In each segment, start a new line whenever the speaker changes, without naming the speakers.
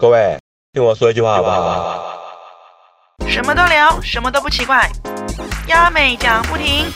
各位，听我说一句话好不好？
什么都聊，什么都不奇怪，亚美讲不停。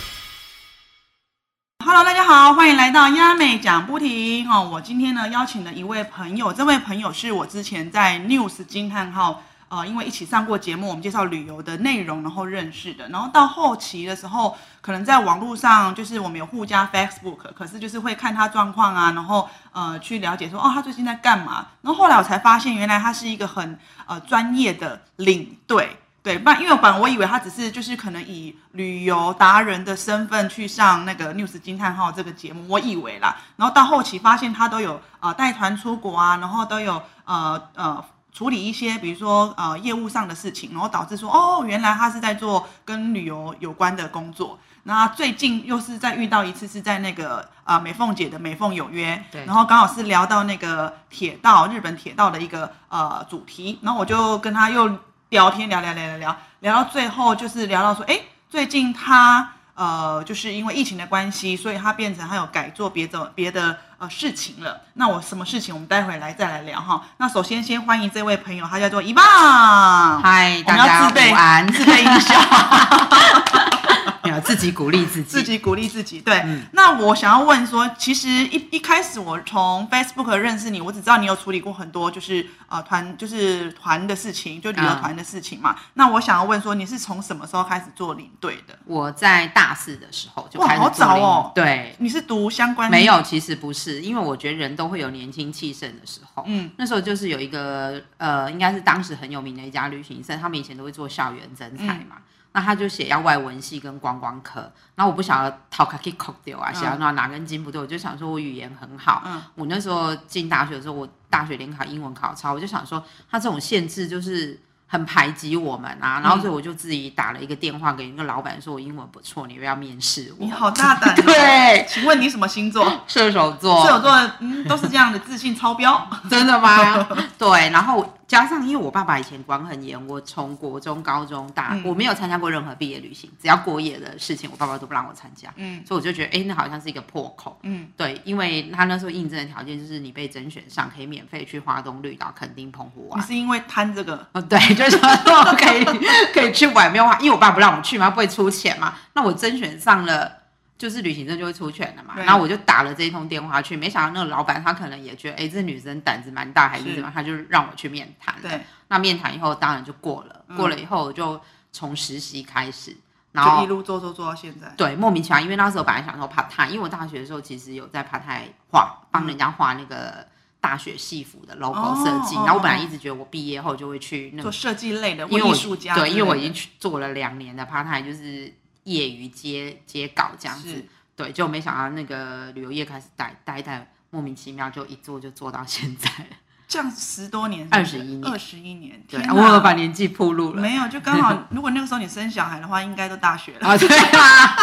Hello，大家好，欢迎来到亚美讲不停。哦，我今天呢邀请了一位朋友，这位朋友是我之前在 News 惊叹号呃，因为一起上过节目，我们介绍旅游的内容，然后认识的。然后到后期的时候，可能在网络上就是我们有互加 Facebook，可是就是会看他状况啊，然后呃去了解说哦他最近在干嘛。然后后来我才发现，原来他是一个很呃专业的领队。对，不然因为我本来我以为他只是就是可能以旅游达人的身份去上那个 News 惊叹号这个节目，我以为啦。然后到后期发现他都有呃带团出国啊，然后都有呃呃处理一些比如说呃业务上的事情，然后导致说哦原来他是在做跟旅游有关的工作。那最近又是在遇到一次是在那个呃美凤姐的美凤有约，
对
然后刚好是聊到那个铁道日本铁道的一个呃主题，然后我就跟他又聊天聊聊聊聊聊，聊到最后就是聊到说，哎，最近他呃，就是因为疫情的关系，所以他变成他有改做别的别的呃事情了。那我什么事情，我们待会来再来聊哈。那首先先欢迎这位朋友，他叫做一棒，
嗨，
我
大
们要
家
自备
午安，
自备音效。
没有自己鼓励自己，
自己鼓励自
嗯
己。对，那我想要问说，其实一一开始我从 Facebook 认识你，我只知道你有处理过很多就是呃团就是团的事情，就旅游团的事情
啊
嘛。那我想要问说，你是从什么时候开始做领队的？
我在大四的时候就
哇
开始
好
做
早
领
哦
对，
你是读相关
没？有，其实不是，因为我觉得人都会有年轻气盛的时候。
嗯
那时候就是有一个呃，应该是当时很有名的一家旅行社，他们以前都会做校园征
嗯
才嘛。那他就写要外文系跟观光科，那我不想要讨卡 K 口丢啊，
嗯
想要哪哪根筋不对，我就想说我语言很好。
嗯
我那时候进大学的时候，我大学联考英文考超，我就想说他这种限制就是很排挤我们啊，然后
嗯
所以我就自己打了一个电话给一个老板说，我英文不错，你要不要面试我？
你好大胆、哦。
对，哦
请问你什么星座？
射手座，
射手座，嗯，都是这样的自信超 标。
真的吗？对，然后加上因为我爸爸以前管很严，我从国中、高中、大，
嗯
我没有参加过任何毕业旅行，只要过夜的事情，我爸爸都不让我参加，
嗯
所以我就觉得，哎，那好像是一个破口。
嗯
对，因为他那时候应征的条件就是你被甄选上，可以免费去花东、绿岛、垦丁、澎湖
你
玩。
是因为贪这个，
哦，对， 就是说可以可以去玩，没有花，因为我爸不让我去嘛，不会出钱嘛。那我甄选上了，就是旅行社就会出钱的嘛。
对
然后我就打了这一通电话去，没想到那个老板他可能也觉得，哎，这女生胆子蛮大还
是
是怎么样，他就让我去面谈。
对，
那面谈以后当然就过了，
嗯
过了以后我就从实习开始，然
就一
后。
路做做做到现在。
对，莫名其妙，因为那时候本来想说 part time，因为我大学的时候其实有在 part time 画，帮人家画那个大学戏服的 logo 设计。
嗯哦
然后我本来
哦哦
一直觉得我毕业后就会去那个
做设计类的，
嗯因为
或
我
艺术家之类
对，
的，
因为我已经去做了两年的 part time，就是业余接接稿这样子
是。
对，就没想到那个旅游业开始带带一带，莫名其妙就一做就做到现在，
这样十多年，
21年
二十一年，
对，
天哪
我有把年纪铺路了
没有，就刚好， 如果那个时候你生小孩的话，应该都大学了，
啊，对 啊，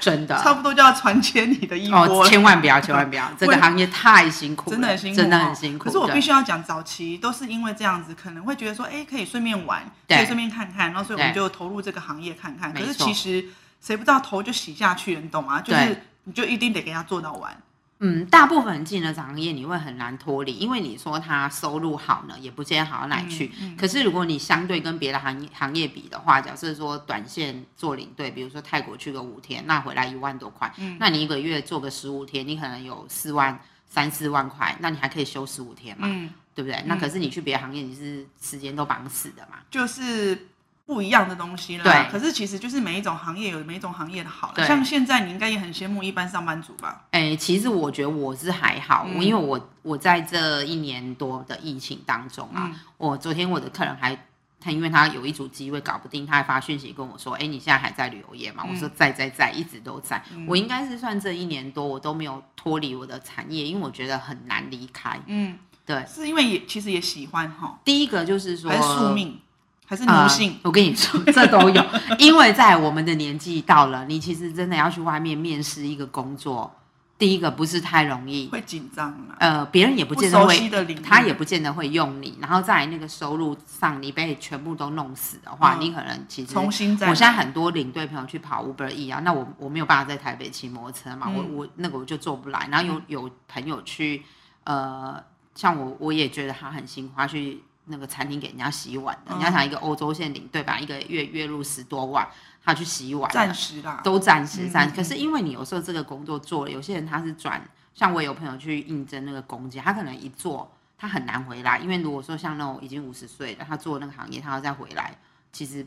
真的
差不多就要传接你的衣钵
哦，
了。
千万不要，千万不要，这个行业太辛苦了，
真的很辛苦，啊哦
真的很辛苦。
可是我
对
必须要讲，早期都是因为这样子，可能会觉得说，哎，可以顺便玩，
对
可以顺便看看，然后所以我们
对
就投入这个行业看看。可是
没错
其实谁不知道头就洗下去了，你懂吗？就是
对
你就一定得给他做到完，
嗯，大部分进了行业你会很难脱离，因为你说他收入好呢，也不见好
嗯
到哪里去。可是如果你相对跟别的行业行业比的话，假设说短线做领队，比如说泰国去个五天，那回来一万多块，
嗯
那你一个月做个十五天，你可能有四万三四万块，那你还可以休十五天嘛，
嗯，
对不对？那可是你去别的行业，你是时间都绑死的嘛。
就是。不一样的东西啦，
对
可是其实就是每一种行业有每一种行业的好啦。
对
像现在你应该也很羡慕一般上班族吧？
哎、其实我觉得我是还好，
嗯
我因为我我在这一年多的疫情当中啊，
嗯
我昨天我的客人还他，因为他有一组机位搞不定，他还发讯息跟我说：“哎、你现在还在旅游业吗？”我说：“
嗯
在在在，一直都在。我应该是算这一年多我都没有脱离我的产业，因为我觉得很难离开。
嗯，
对，
是因为也其实也喜欢哈，
第一个就是说
还是宿命，还是
呃
奴性？
我跟你说，这都有，因为在我们的年纪到了，你其实真的要去外面面试一个工作，第一个不是太容易，
会紧张啊，
呃，别人也不
不
见得
熟
会
悉的领域，
他也不见得会用你，然后在那个收入上，你被全部都弄死的话，
嗯
你可能其实。
重新再来。
我现在很多领队朋友去跑 Uber E 啊，那我我没有办法在台北骑摩托车嘛，
嗯
我我那个我就做不来。然后有有朋友去呃像我我也觉得他很辛苦，他去那个餐厅给人家洗碗的，人家
嗯
想一个欧洲线领队吧，一个月月入十多万，他去洗碗的，
暂时啦，
都暂时
嗯
暂
嗯
可是因为你有时候这个工作做了，有些人他是转，像我有朋友去应征那个公职，他可能一做他很难回来，因为如果说像那种已经五十岁了，他做那个行业，他要再回来，其实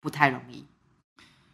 不太容易。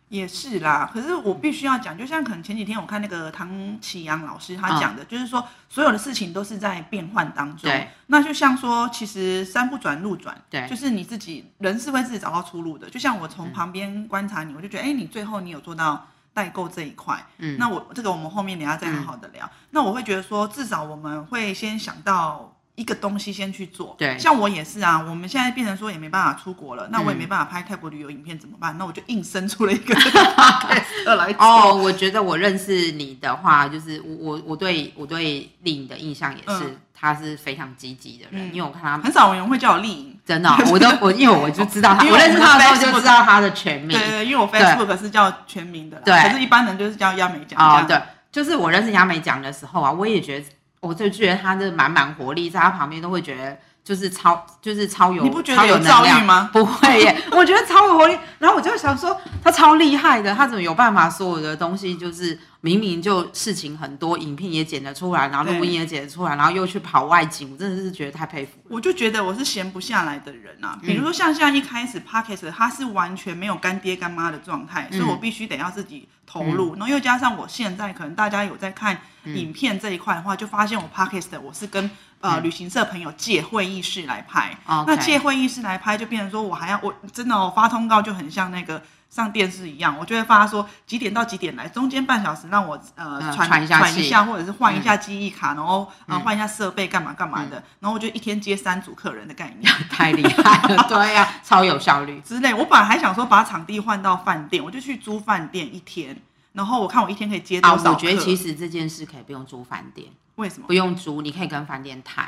也是啦，可是我必须要讲，就像可能前几天我看那个唐启阳老师他讲的，就是说所有的事情都是在变换当中
嗯对。
那就像说，其实山不转路转，
对嗯
就是你自己人是会自己找到出路的。就像我从旁边观察你，我就觉得，哎、你最后你有做到代购这一块，
嗯
那我这个我们后面等一下再好好的聊。那我会觉得说，至少我们会先想到。一个东西先去做，
对
像我也是啊，我们现在变成说也没办法出国了，那我也
嗯
没办法拍泰国旅游影片怎么办？那我就硬生出了一个 podcast 来做。
哦，我觉得我认识你的话，就是我我我对我对丽颖的印象也是，
嗯
他是非常积极的人，
嗯
因为我看他
很少有人会叫我丽颖，
真的哦、我都我 因为我就知道他，
因为
我认识他的时
我
候
们
就
Facebook-
知道他的全名
对，对，对因为我 Facebook 是叫全名的啦，
对
可是一般人就是叫亚美奖
哦，
这样。
对，就是我认识亚美奖的时候啊，我也觉得，我就觉得她是满满活力，在她旁边都会觉得就是超就是超有，
你不觉得
超有
有躁
能
郁
量
吗？
不会耶，我觉得超有活力。然后我就想说，她超厉害的，她怎么有办法所有的东西就是明明就事情很多，影片也剪得出来，然后录
对
音也剪得出来，然后又去跑外景，我真的是觉得太佩服 了。
我就觉得我是闲不下来的人啊，
嗯
比如说像现在一开始 podcast，它是完全没有干爹干妈的状态，
嗯
所以我必须得要自己投入。然后又加上我现在可能大家有在看
嗯
影片这一块的话，就发现我 podcast 我是跟
嗯
呃旅行社朋友借会议室来拍，
OK
那借会议室来拍就变成说我还要我真的我发通告就很像那个。上电视一样，我就会发说几点到几点来，中间半小时让我呃
嗯
喘
喘一下嗯
喘
气
一下，或者是换一下记忆卡，然后呃换一下设备干嘛干嘛
嗯
的，然后我就一天接三组客人的概念
太厉害了，对呀、超有效率。
之类。我本来还想说把场地换到饭店，我就去租饭店一天，然后我看我一天可以接多
啊，
少客。
我觉得其实这件事可以不用租饭店，
为什么？
不用租，你可以跟饭店谈。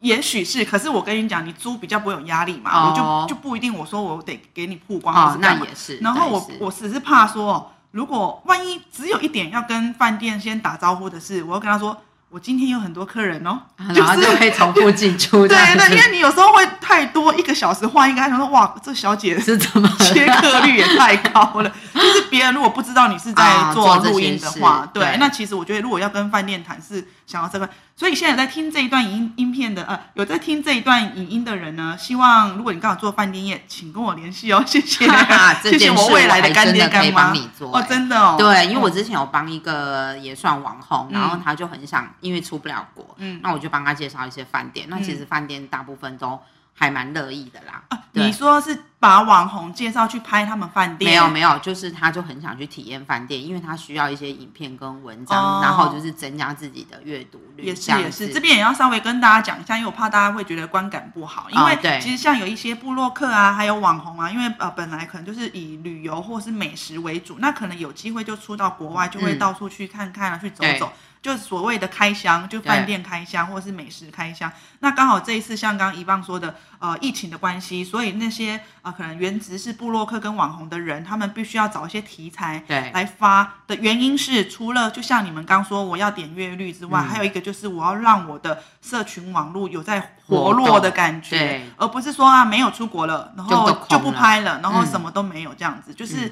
也许是，可是我跟你讲，你租比较不会有压力嘛，
哦
我就就不一定我说我得给你曝光、
哦，
是干
那
嘛
也是。
然后
那也
我
是
我只是怕说，哦如果万一只有一点要跟饭店先打招呼的是，我要跟他说，我今天有很多客人哦，
啊然后
是
就会重复进出这
对
样
对，因
子，
为你有时候会太多，一个小时换一个，他想说哇，这小姐
是怎么
切客率也太高了。就是别人如果不知道你是在
啊
做
做这
录
些
音的
事
话，
对，
那其实我觉得如果要跟饭店谈是想要这个，所以现在有在听这一段影音片的呃，有在听这一段影音的人呢，希望如果你刚好做饭店业，请跟我联系哦，谢谢
啊这
谢谢
件事
我未来
还
干
真
爹
的可
干
以
妈
帮。你做、
哦，
欸
真的哦，
对，因为我之前有帮一个也算网红，然后
嗯
他就很想，因为出不了国，
嗯
那我就帮他介绍一些饭店。那其实饭店大部分都还蛮乐意的啦。
啊
对
你说是把网红介绍去拍他们饭店，
没有没有，就是他就很想去体验饭店，因为他需要一些影片跟文章，
哦
然后就是增加自己的阅读率。
也是
这样
也是，
子
这边也要稍微跟大家讲一下，因为我怕大家会觉得观感不好，因
哦对
为其实像有一些部落客啊，还有网红啊，因为呃本来可能就是以旅游或是美食为主，那可能有机会就出到国外，就会
嗯
到处去看看啊，去走
对
走。就所谓的开箱，就饭店开箱或是美食开箱。那刚好这一次像刚刚一棒说的，呃，疫情的关系，所以那些呃可能原职是部落客跟网红的人，他们必须要找一些题材，
对
来发的原因是，除了就像你们刚说我要点阅率之外，
嗯
还有一个就是我要让我的社群网络有在活络的感
活动
觉
对，
而不是说啊没有出国了，然
就
后
都空了
就不拍了，然后
嗯
什么都没有这样子，就是、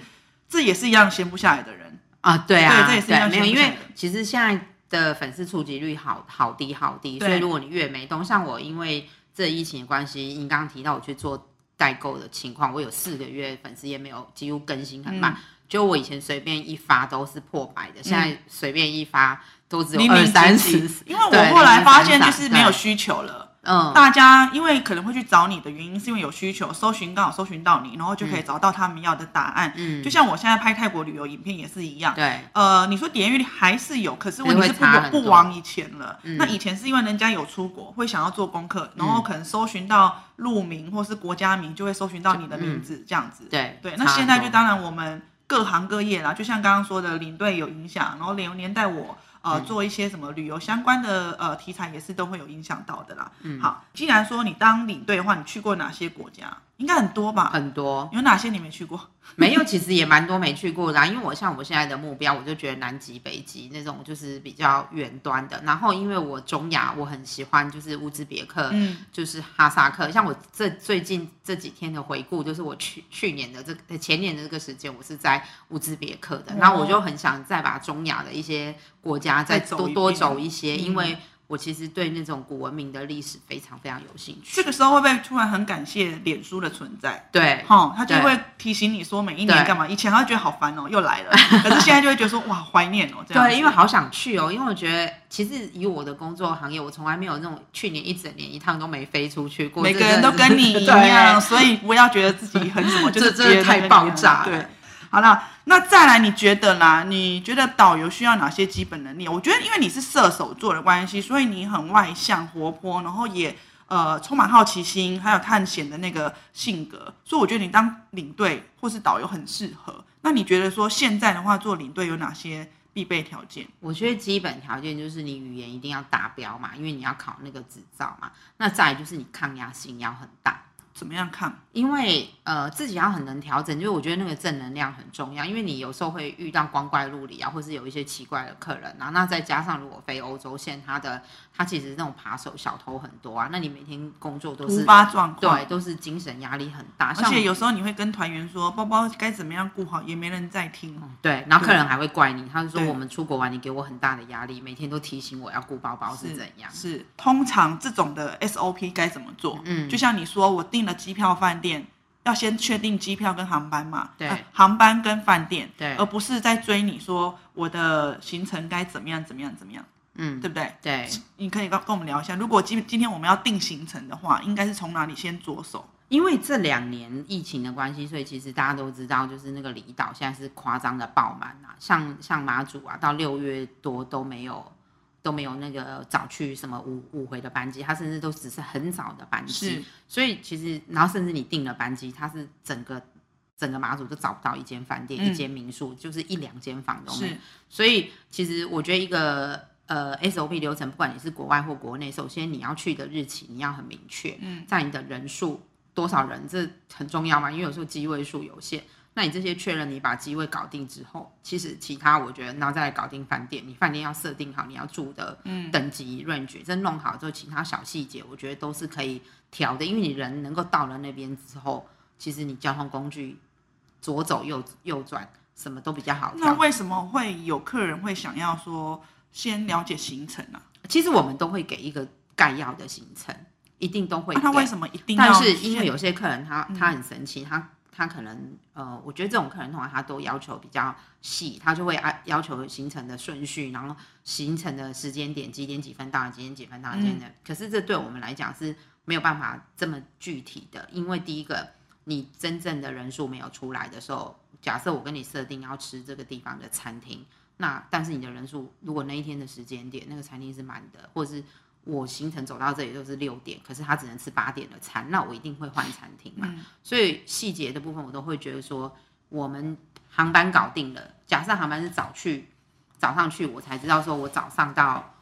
这也是一样闲不下来的人。
啊，对
对
啊，
这也是一样
没有，
全
因
部
为
下来的
其实现在的粉丝触及率好好低好低，
对
所以如果你越没动，像我因为这疫情的关系，你刚刚提到我去做代购的情况，我有四个月粉丝也没有，几乎更新
嗯
很慢。就我以前随便一发都是破百的，
嗯
现在随便一发都只有二三
几
十。
因为
对
我后来发现
零零散
就
散
是没有
对
需求了。
嗯，
大家因为可能会去找你的原因，是因为有需求，搜寻刚好搜寻到你，然后就可以找到他们要的答案。
嗯
就像我现在拍泰国旅游影片也是一样。
对
呃，你说点阅率还是有，可是问题是不
还是会差很多嗯
不往以前了。那以前是因为人家有出国，会想要做功课，然后可能搜寻到路名或是国家名，就会搜寻到你的名字、这样子。
嗯对
对，
差
那
很
现在
多
就当然我们各行各业啦，就像刚刚说的领队有影响，然后连连带我呃、
嗯
做一些什么旅游相关的呃
嗯
题材也是都会有影响到的啦。好，既然说你当领队的话，你去过哪些国家？应该很多吧？
很多
有哪些你没去过？
没有，其实也蛮多没去过的、啊。因为我像我现在的目标，我就觉得南极、北极那种就是比较远端的。然后因为我中亚，我很喜欢就是乌兹别克，
嗯，
就是哈萨克。像我这最近这几天的回顾，就是我去去年的这个前年的这个时间，我是在乌兹别克的。
哦
那我就很想再把中亚的一些国家再
再走
多
一
多
遍
走一些，
嗯
因为我其实对那种古文明的历史非常非常有兴趣。
这个时候会不会突然很感谢脸书的存在？
对，
哈、他就
对
会提醒你说每一年
对
干嘛。以前他会觉得好烦哦，又 来了。可是现在就会觉得说哇，怀念哦，这样子。
对，因为好想去哦，因为我觉得其实以我的工作行业，我从来没有那种去年一整年一趟都没飞出去过。
每
这
个人
真
都
的
跟你
是
一样，，所以不要觉得自己很什么，
这
就是
真的
别人都
太
跟你
爆
一样
炸
对
了，
好了，那再来，你觉得啦？你觉得导游需要哪些基本能力？我觉得，因为你是射手座的关系，所以你很外向、活泼，然后也呃充满好奇心，还有探险的那个性格，所以我觉得你当领队或是导游很适合。那你觉得说现在的话，做领队有哪些必备条件？
我觉得基本条件就是你语言一定要达标嘛，因为你要考那个执照嘛。那再来就是你抗压性要很大。
怎么样看？
因为呃自己要很能调整，就是我觉得那个正能量很重要，因为你有时候会遇到光怪陆离啊，或是有一些奇怪的客人啊，那再加上如果飞欧洲线，它的它其实那种扒手小偷很多啊，那你每天工作都
突
是
发状况，
对，都是精神压力很大，
而
像
且有时候你会跟团员说包包该怎么样顾好，也没人在听。
对，然后客人还会怪你，他就说
对
我们出国玩，你给我很大的压力，每天都提醒我要顾包包是怎样，
是，通常这种的 SOP 该怎么做？
嗯
就像你说，我订了机票、饭店，要先确定机票跟航班嘛，
对
呃航班跟饭店，
对
而不是在追你说我的行程该怎么样怎么样怎么样，
嗯，
对不对？
对。
你可以跟跟我们聊一下，如果今今天我们要定行程的话，应该是从哪里先着手？
因为这两年疫情的关系，所以其实大家都知道，就是那个离岛现在是夸张的爆满啊，像像马祖啊，到六月多都没有都没有那个早去什么五五回的班机，它甚至都只是很早的班
是
机，所以其实然后甚至你订了班机，它是整个整个马祖都找不到一间饭店、
嗯
一间民宿，就是一两间房都没有
是，
所以其实我觉得一个呃 SOP 流程，不管你是国外或国内，首先你要去的日期你要很明确，
嗯，
在你的人数多少人这很重要嘛，因为有时候机位数有限。那你这些确认你把机位搞定之后，其实其他我觉得，然后再来搞定饭店，你饭店要设定好你要住的
嗯，
等级 range，这弄好之后，其他小细节我觉得都是可以调的，因为你人能够到了那边之后，其实你交通工具左走右右转什么都比较好
那
调。
为什么会有客人会想要说先了解行程啊？
其实我们都会给一个概要的行程，一定都会
啊那
给。
他为什么一定要嗯
但
先？
是因为有些客人他他很神奇，他他可能呃，我觉得这种客人通常他都要求比较细，他就会按要求行程的顺序，然后行程的时间点几点几分到，几点几分到，几点的。可是这对我们来讲是没有办法这么具体的，因为第一个你真正的人数没有出来的时候，假设我跟你设定要吃这个地方的餐厅。那但是你的人数，如果那一天的时间点那个餐厅是满的，或者是我行程走到这里就是六点，可是他只能吃八点的餐，那我一定会换餐厅嘛。
嗯
所以细节的部分我都会觉得说，我们航班搞定了，假设航班是早去，早上去我才知道说我早上到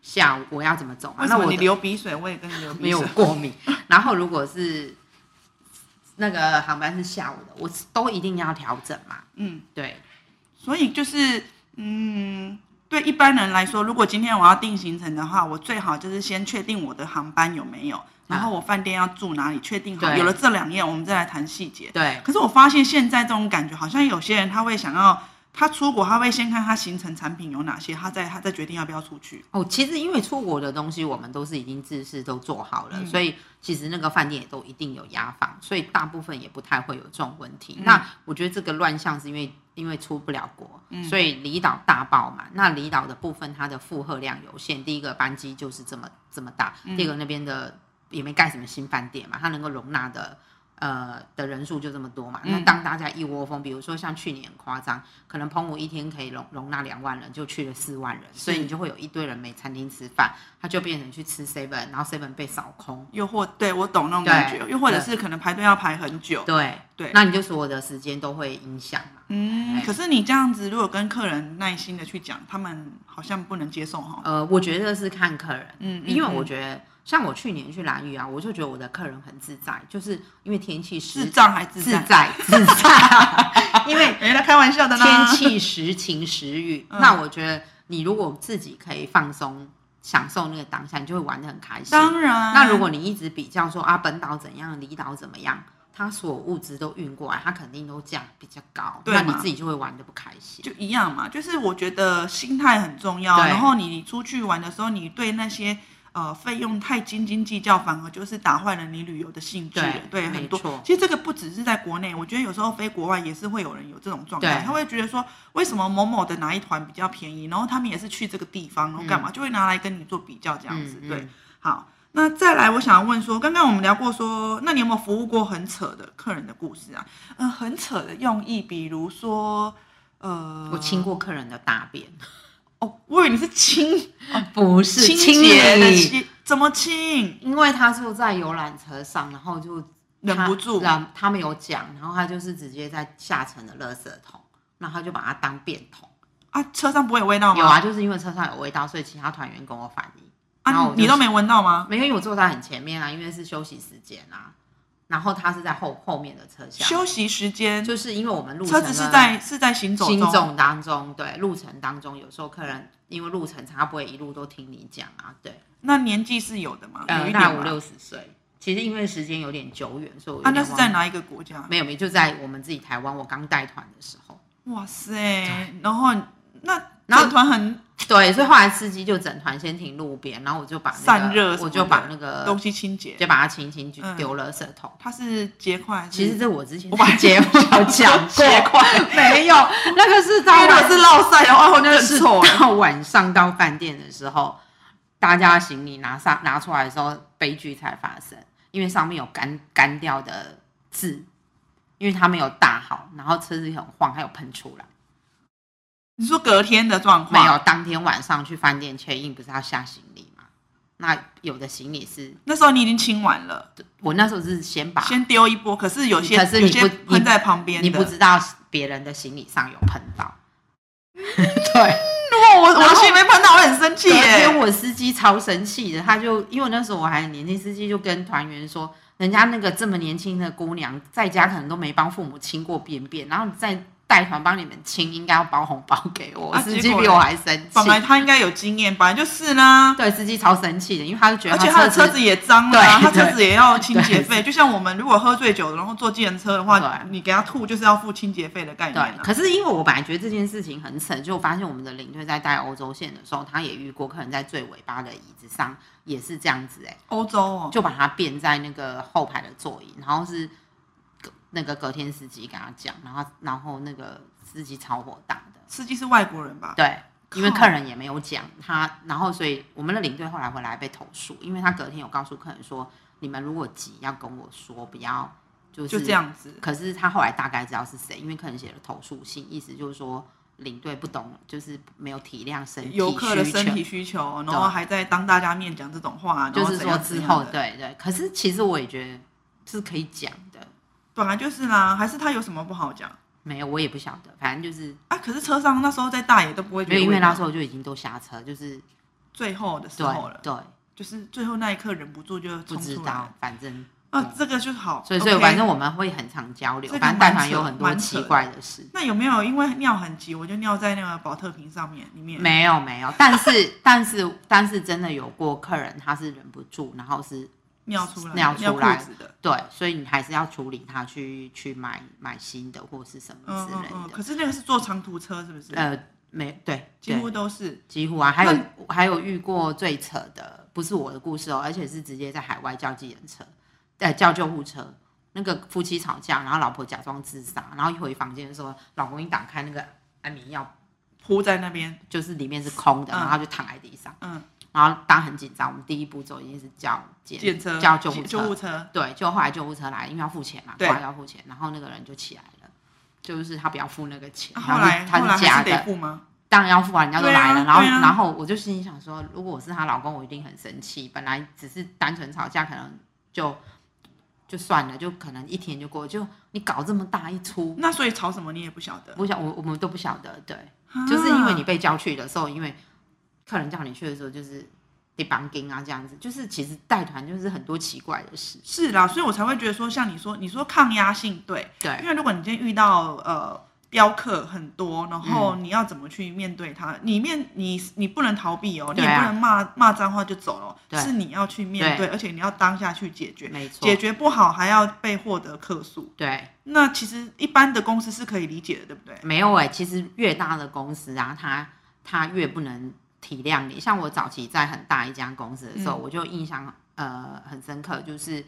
下午我要怎么走嘛。
为什
那
么
我
你
的
流鼻水，我也跟你流
没
鼻
有
水？
过敏。然后如果是那个航班是下午的，我都一定要调整嘛。
嗯，
对，
所以就是，嗯，对一般人来说，如果今天我要定行程的话，我最好就是先确定我的航班有没有，然后我饭店要住哪里，确定好。
啊对
有了这两样，我们再来谈细节。
对，
可是我发现现在这种感觉，好像有些人他会想要，他出国他会先看他行程产品有哪些，他再他再决定要不要出去。
哦，其实因为出国的东西，我们都是已经自事都做好了，
嗯
所以其实那个饭店也都一定有压房，所以大部分也不太会有这种问题。
嗯
那我觉得这个乱象是因为因为出不了国，
嗯
所以离岛大爆嘛。那离岛的部分它的负荷量有限，第一个班机就是这么这么大，
嗯
第二个那边的也没盖什么新饭店嘛，它能够容纳的。呃的人数就这么多嘛，那
嗯
当大家一窝蜂，比如说像去年很夸张，可能澎湖一天可以容容纳两万人，就去了四万人，所以你就会有一堆人没餐厅吃饭，他就变成去吃 seven，然后 seven 被扫空。
又或对我懂那种
对
感觉，又或者是可能排队要排很久。
对
对
那你就所有的时间都会影响嘛。
嗯，
哎
可是你这样子，如果跟客人耐心的去讲，他们好像不能接受哈。
呃，我觉得是看客人，
嗯嗯
哦因为
嗯
我觉得像我去年去兰屿啊，我就觉得我的客人很自在，就是因为天气
智
时
障还自
自
在，
在自在，因为
人家哎开玩笑的呢。
天气时晴时雨，
嗯
那我觉得你如果自己可以放松，享受那个当下，你就会玩得很开心。
当然，
那如果你一直比较说啊，本岛怎样，离岛怎么样，它所有物资都运过来，它肯定都价比较高，
对
那
嘛
你自己就会玩得不开心。
就一样嘛，就是我觉得心态很重要。
对
然后你出去玩的时候，你对那些呃费用太斤斤计较，反而就是打坏了你旅游的兴致。
对没
很多
错。
其实这个不只是在国内，我觉得有时候飞国外也是会有人有这种状态
对，
他会觉得说为什么某某的哪一团比较便宜，然后他们也是去这个地方，然后干嘛、就会拿来跟你做比较这样子。
嗯嗯嗯
对，好。那再来，我想问说，刚刚我们聊过说，那你有没有服务过很扯的客人的故事啊？嗯、很扯的用意，比如说，呃，
我亲过客人的大便，
哦，我以为你是清
不是
清
清
洁的
理，
清，怎么清？
因为他坐在游览车上，然后就
忍
他
不住
让他没有讲，然后他就是直接在下层的垃圾桶，然后他就把它当便桶。
啊，车上不会有味道吗？
有啊，就是因为车上有味道，所以其他团员跟我反映，
啊，
然后我就
你都没闻到吗？
没有，因为我坐在很前面啊，因为是休息时间啊，然后他是在后后面的车厢，
休息时间，
就是因为我们路
车
程
子
的
是在是在行走
行
中，
走当中，对路程当中，有时候客人因为路程长，他不会一路都听你讲啊，对，
那年纪是有的嘛？哦有
呃，
一
大
点
概五
吧
六十岁，其实因为时间有点久远，所以我有
啊，
点
那是在
忘了？
哪一个国家？
没有没有，就在我们自己台湾，我刚带团的时候，
哇塞！然后那
然后
整团很
对，所以后来司机就整团先停路边，然后我就把那个
散热什么的
我就把那个
东西清洁，
呃就把它轻轻就
嗯
丢了圾桶。
它是结块还是，
其实这我之前
我把
在节目有 讲过，
结块。
没有，那个是
因
到
为如果是落塞的话，我就啊认
是
错了。
到晚上到饭店的时候，大家行李拿上拿出来的时候，悲剧才发生，因为上面有干干掉的字，因为他没有打好，然后车子很晃，还有喷出来。
你说隔天的状
没
况，
有，当天晚上去饭店 check in 不是要下行李吗？那有的行李是
那时候你已经清完了，
我那时候是先把，
先丢一波，可是有些
啊可是
有
你不
些喷
你
在旁边的，
你不知道别人的行李上有喷到， 对。
哦，我我
然后
心里面碰到，我很生气
隔天
耶。
我司机超生气的，他就因为那时候我还很年轻，司机就跟团员说，人家那个这么年轻的姑娘在家可能都没帮父母清过便便，然后你再带团帮你们清，应该要包红包给我。
啊
司
结
机
果
比
呢
我还生
本来
气，
他应该有经验，本来就是啦。
对，司机超生气的，因为他就觉得
而且他的车
车
子也脏了啊，
对
他车
对
子也要清洁费。就像我们如果喝醉酒，然后坐计程车的话，
对
你给他吐就是要付清洁费的概念
对，
啊。
可是因为我本来觉得这件事情很扯，就我发现我们的领队在带欧洲线的时候，他也遇过客人在最尾巴的椅子上也是这样子、欸，
欧洲哦，
就把它变在那个后排的座椅，然后是隔那个隔天司机跟他讲，然后然后那个司机超火大的，
司机是外国人吧？
对，因为
靠
客人也没有讲他，然后所以我们的领队后来回来被投诉，因为他隔天有告诉客人说，你们如果急要跟我说，不要就是
就这。样子，
可是他后来大概知道是谁，因为客人写了投诉信，意思就是说领队不懂，就是没有体谅身体需求，
游客的身体需求，然后还在当大家面讲这种话，然
就
后
是
怎
说
样怎
之
样
后
的
对对。可是其实我也觉得是可以讲的，
本来就是啦，还是他有什么不好讲
没有，我也不晓得，反正就是
啊？可是车上那时候在大野都不会觉
没
得
有，因为
味道
那时候就已经都下车，就是
最后的时
对
候了，
对，
就是最后那一刻忍不住就
不
冲
知
出来了
道，反正
啊，这个就好。
所以所以
OK
反正我们会很常交流
这，个
反正带
蛮
团
扯
有很多
蛮扯
奇
的嗯
怪的事。
那有没有因为尿很急，我就尿在那个保特瓶上面里面？
没有没有，但是但是但是真的有过客人他是忍不住，然后是
尿出来，
尿出来
裤子的。
对，所以你还是要处理他去去买买新的或是什么
嗯
之
嗯
类
嗯，
的。
可是那个是坐长途车，是不是？
呃，没对
几
对
乎都是。
几乎啊，还有还有遇过最扯的，不是我的故事哦，而且是直接在海外叫计程车，呃，叫救护车。那个夫妻吵架，然后老婆假装自杀，然后一回房间的时候，老公一打开那个安眠药，
铺在那边，
就是里面是空的，
嗯
然后他就躺在地上，
嗯，
然后当然很紧张。我们第一步骤一定是叫检
电车、
叫救护
救护
车，
车，啊
对，就后来救护车来，因为要付钱嘛，
对
挂要付钱，然后那个人就起来了，就是他不要付那个钱，
啊
然
后
后
来
他
后来
是假
还是
的
得，付吗？
当然要付啊，人家都来了，
对啊
然后、
对啊
然后我就心里想说，如果我是她老公，我一定很生气。本来只是单纯吵架，可能就就算了，就可能一天就过，就你搞这么大一出，
那所以吵什么你也不晓得，
我想我我们都不晓得，对，就是因为你
啊
被叫去的时候，因为客人叫你去的时候，就是地绑金啊这样子，就是其实带团就是很多奇怪的事。
是啦，所以我才会觉得说，像你说，你说抗压性对，
对
因为如果你今天遇到呃镖客很多，然
嗯
后你要怎么去面对他？你面你你不能逃避哦，你
对
也
啊
不能骂骂脏话就走了哦，
对
是你要去面对，而且你要当下去解决，
没错
解，决不好还要被获得客诉。
对，
那其实一般的公司是可以理解的，对不对？
没有哎、其实越大的公司啊，它它越不能体谅你。像我早期在很大一家公司的时候，
嗯
我就印象呃很深刻，就是，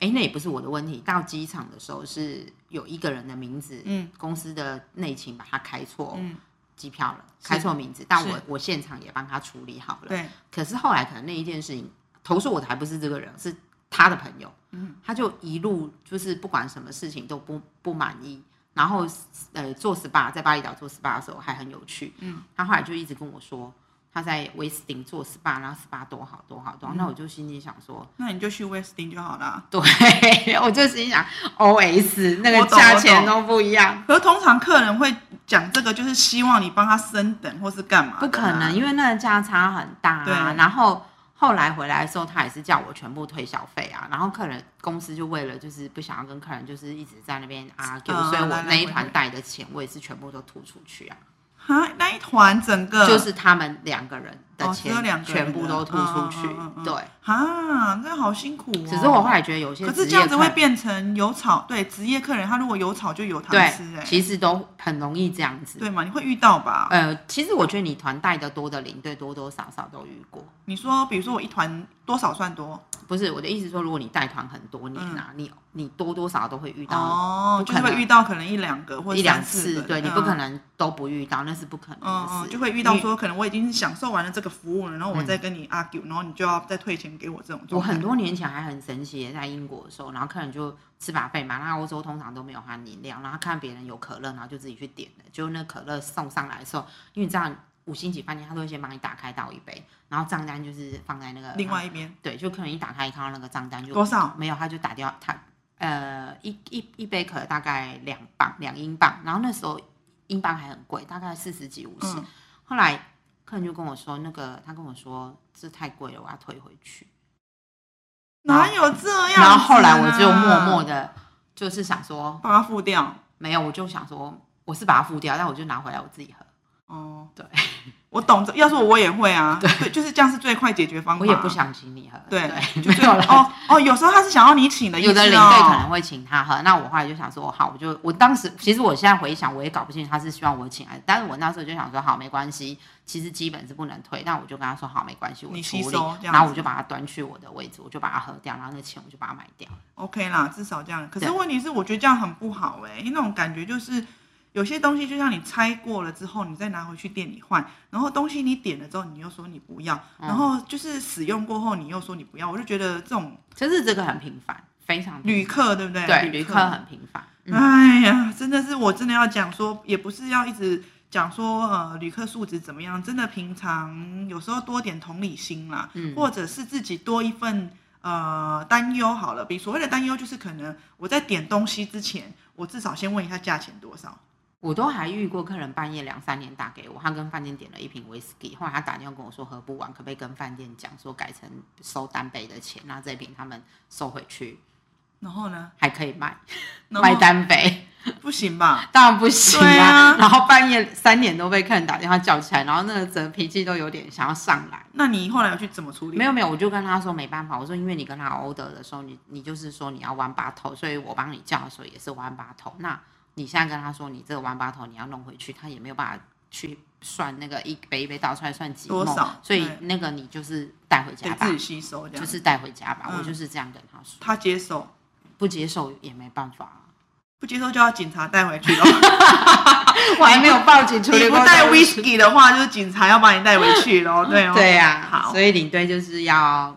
哎、那也不是我的问题。到机场的时候是有一个人的名字，
嗯
公司的内勤把他开错
嗯，
机票了，
是
开错名字，但我
是
我现场也帮他处理好了。
对，
可是后来可能那一件事情，投诉我的还不是这个人，是他的朋友，
嗯，
他就一路就是不管什么事情都不不满意。然后，呃，做 SPA 在巴厘岛做 SPA 的时候还很有趣，
嗯，
他后来就一直跟我说他在威斯汀做 SPA，然后 SPA 多好多好多
嗯
好，那我就心里想说，
那你就去 Westin 就好啦。
对 我就心想 OS 那
我
个
懂
价
我
钱
懂
都不一样，
可是通常客人会讲这个，就是希望你帮他升等或是干嘛的啊、
不可能，因为那个价差很大、
对
啊。然后后来回来的时候，他也是叫我全部退小费啊。然后客人公司就为了就是不想要跟客人就是一直在那边 argue，、
啊
所以我
来来
那一
回
团
回
带的钱我也是全部都吐出去啊，
哈，那一团整个
就是他们两个人的
哦只
钱、
有两个人
全部都吐出去。
嗯嗯嗯嗯嗯
对，
啊，那好辛苦哦。
只是我后来觉得有些
可是
职业
这样子
客
会
人
变成有草，对职业客人，他如果有草就有糖吃、
对，
哎，
其实都很容易这样子。
对啊嘛？你会遇到吧？
呃，其实我觉得你团带的多的领队多多少少都遇过。
你说，比如说我一团多少算多？
不是我的意思说，如果你带团很多年啊，你你多多少少都会遇到
嗯哦，
不
就
可
是
能
会遇到可能一两个或者
一两
三四
次，
个
对你不可。能都不遇到，那是不可能
嗯
的
嗯
事。
嗯，就会遇到说，可能我已经享受完了这个服务了，然后我再跟你 argue，、然后你就要再退钱给我这种
我
状态。
很多年前还很神奇，在英国的时候，然后客人就吃把费嘛，那欧洲通常都没有含饮料，然后看别人有可乐，然后就自己去点了，就那可乐送上来的时候，因为你知道五星级饭店，他都会先帮你打开倒一杯，然后账单就是放在那个
另外一边
对，就可能一打开一看到那个账单就
多少？
啊没有，他就打掉他呃一一一杯可乐大概两磅两英镑，然后那时候英镑还很贵，大概四十几五十。
嗯
后来客人就跟我说，那个他跟我说这太贵了，我要退回去。
哪有这样、啊
然后后来我就默默的，就是想说
把它付掉。
没有，我就想说我是把它付掉，但我就拿回来我自己喝。
哦，
对，
我懂这。要是我，我也会啊。对，就是这样是最快解决方法。啊
我也不想请你喝，
对
对，
就
没
是
有了。
哦哦，有时候他是想要你请的意思、哦，
有的领队可能会请他喝，那我后来就想说，好，我就我当时其实我现在回想，我也搞不清楚他是希望我请还是，但是我那时候就想说，好，没关系，其实基本是不能退，但我就跟他说，好，没关系，我
你吸
处理
收这样，子
然后我就把它端去我的位置，我就把它喝掉，然后那钱我就把它买掉。
OK 啦，至少这样。可是
对
问题是，我觉得这样很不好哎、因为那种感觉就是有些东西就像你拆过了之后，你再拿回去店里换，然后东西你点了之后，你又说你不要，
嗯
然后就是使用过后你又说你不要，我就觉得这种
就是这个很频繁，非常频
旅客对不对？
对旅客很频繁，嗯，
哎呀，真的是我真的要讲说，也不是要一直讲说呃旅客素质怎么样，真的平常有时候多点同理心啦，
嗯
或者是自己多一份呃担忧好了。比所谓的担忧就是可能我在点东西之前，我至少先问一下价钱多少。
我都还遇过客人半夜两三点打给我，他跟饭店点了一瓶威士忌，后来他打电话跟我说喝不完，可不可以跟饭店讲说改成收单杯的钱，那这瓶他们收回去
然后呢，
还可以卖。
然
卖
后
单杯，
不行吧？
当然不行
对啊
然后半夜三点都被客人打电话叫起来，然后那个整脾气都有点想要上来。
那你后来有去怎么处理？
没有没有，我就跟他说没办法，我说因为你跟他 order 的时候，你你就是说你要弯八头，所以我帮你叫的时候也是弯八头。那你现在跟他说你这个弯八头你要弄回去，他也没有办法去算那个一杯一杯倒出来算几
多
梦
少，
所以
对
那个你就是带回
给
家吧
自，己吸收这样。
就是带回家吧。
嗯
我就是这样跟他说，
他接受，
不接受也没办法啊。
不接受就要警察带回去了。
我还没有报警处
你
理
不
过
带
这个
whisky 的话，就是警察要把你带回去 喽。对哦，
对啊呀、
好
所以领队就是要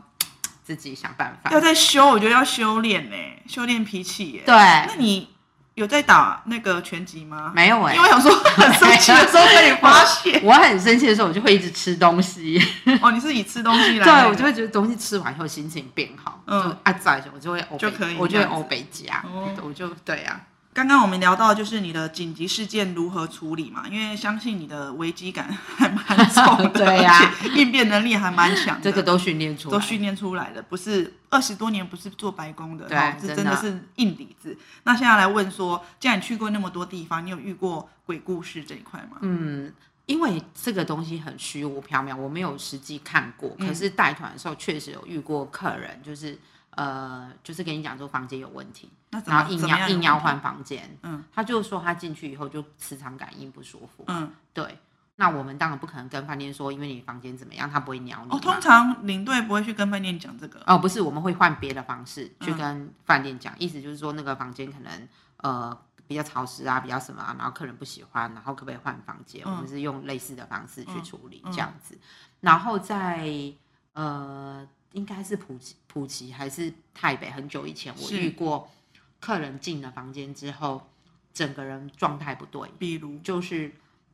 自己想办法。
要再修，我觉得要修炼呢、修炼脾气耶、那
对，
你有在打那个拳击吗？
没有哎、
因为我想说很生气的时候被你发 现。
我很生气的时候，我就会一直吃东西。
哦，你是以吃东西来、
对，我就会觉得东西吃完以后心情变好，
嗯
嗯，啊，再我就会欧北
就可以
我就会
这样子
欧北加
哦，
我就对啊，
刚刚我们聊到就是你的紧急事件如何处理嘛，因为相信你的危机感还蛮重的，
对啊
而且应变能力还蛮强的，
这个都训练出来，
都训练出来的，不是二十多年不是做白工的，
对
哦这
真
真
的
的是硬底子。那现在来问说，既然你去过那么多地方，你有遇过鬼故事这一块吗？
嗯，因为这个东西很虚无缥缈，我没有实际看过。
嗯
可是带团的时候确实有遇过客人，就是呃，就是跟你讲说房间有问题，
那怎
然
么
后硬
怎么
要
样
硬要换房间。
嗯，
他就说他进去以后就磁场感应不舒服。
嗯，
对，那我们当然不可能跟饭店说，因为你房间怎么样，他不会鸟你
哦，
嘛。
通常领队不会去跟饭店讲这个，
哦，不是，我们会换别的方式去
嗯
跟饭店讲，意思就是说那个房间可能呃比较潮湿啊，比较什么啊，然后客人不喜欢，然后可不可以换房间？我们
嗯
是用类似的方式去处理、
嗯
这样子，然后在呃应该是普吉普吉还是台北，很久以前我
是
遇过客人进了房间之后，整个人状态不对，
比如
就是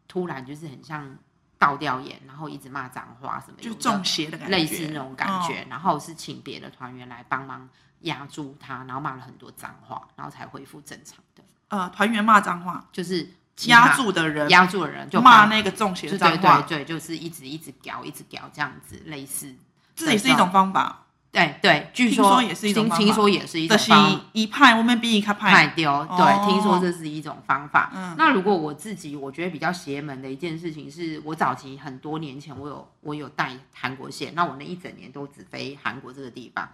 突然就是很像倒吊眼，然后一直骂脏话什么，
就
有的
中邪的感觉，
类似那种感
哦
觉，然后是请别的团员来帮忙压住他，然后骂了很多脏话，然后才恢复正常的，
呃，团员骂脏话，
就是其他
压住的人
压住的人就
骂
帮
那个中邪
对
的
对
脏话，
对对，就是一直一直屌一直屌这样子，类似
这也是一种方法。
对对，据
听说也是一种
听
方
听
法
说也是一
这
种
是
方法
一派，我们比一开派，
卖丢，
哦
对，听说这是一种方法。
嗯
那如果我自己，我觉得比较邪门的一件事情是，我早期很多年前，我有我有带韩国线，那我那一整年都只飞韩国这个地方。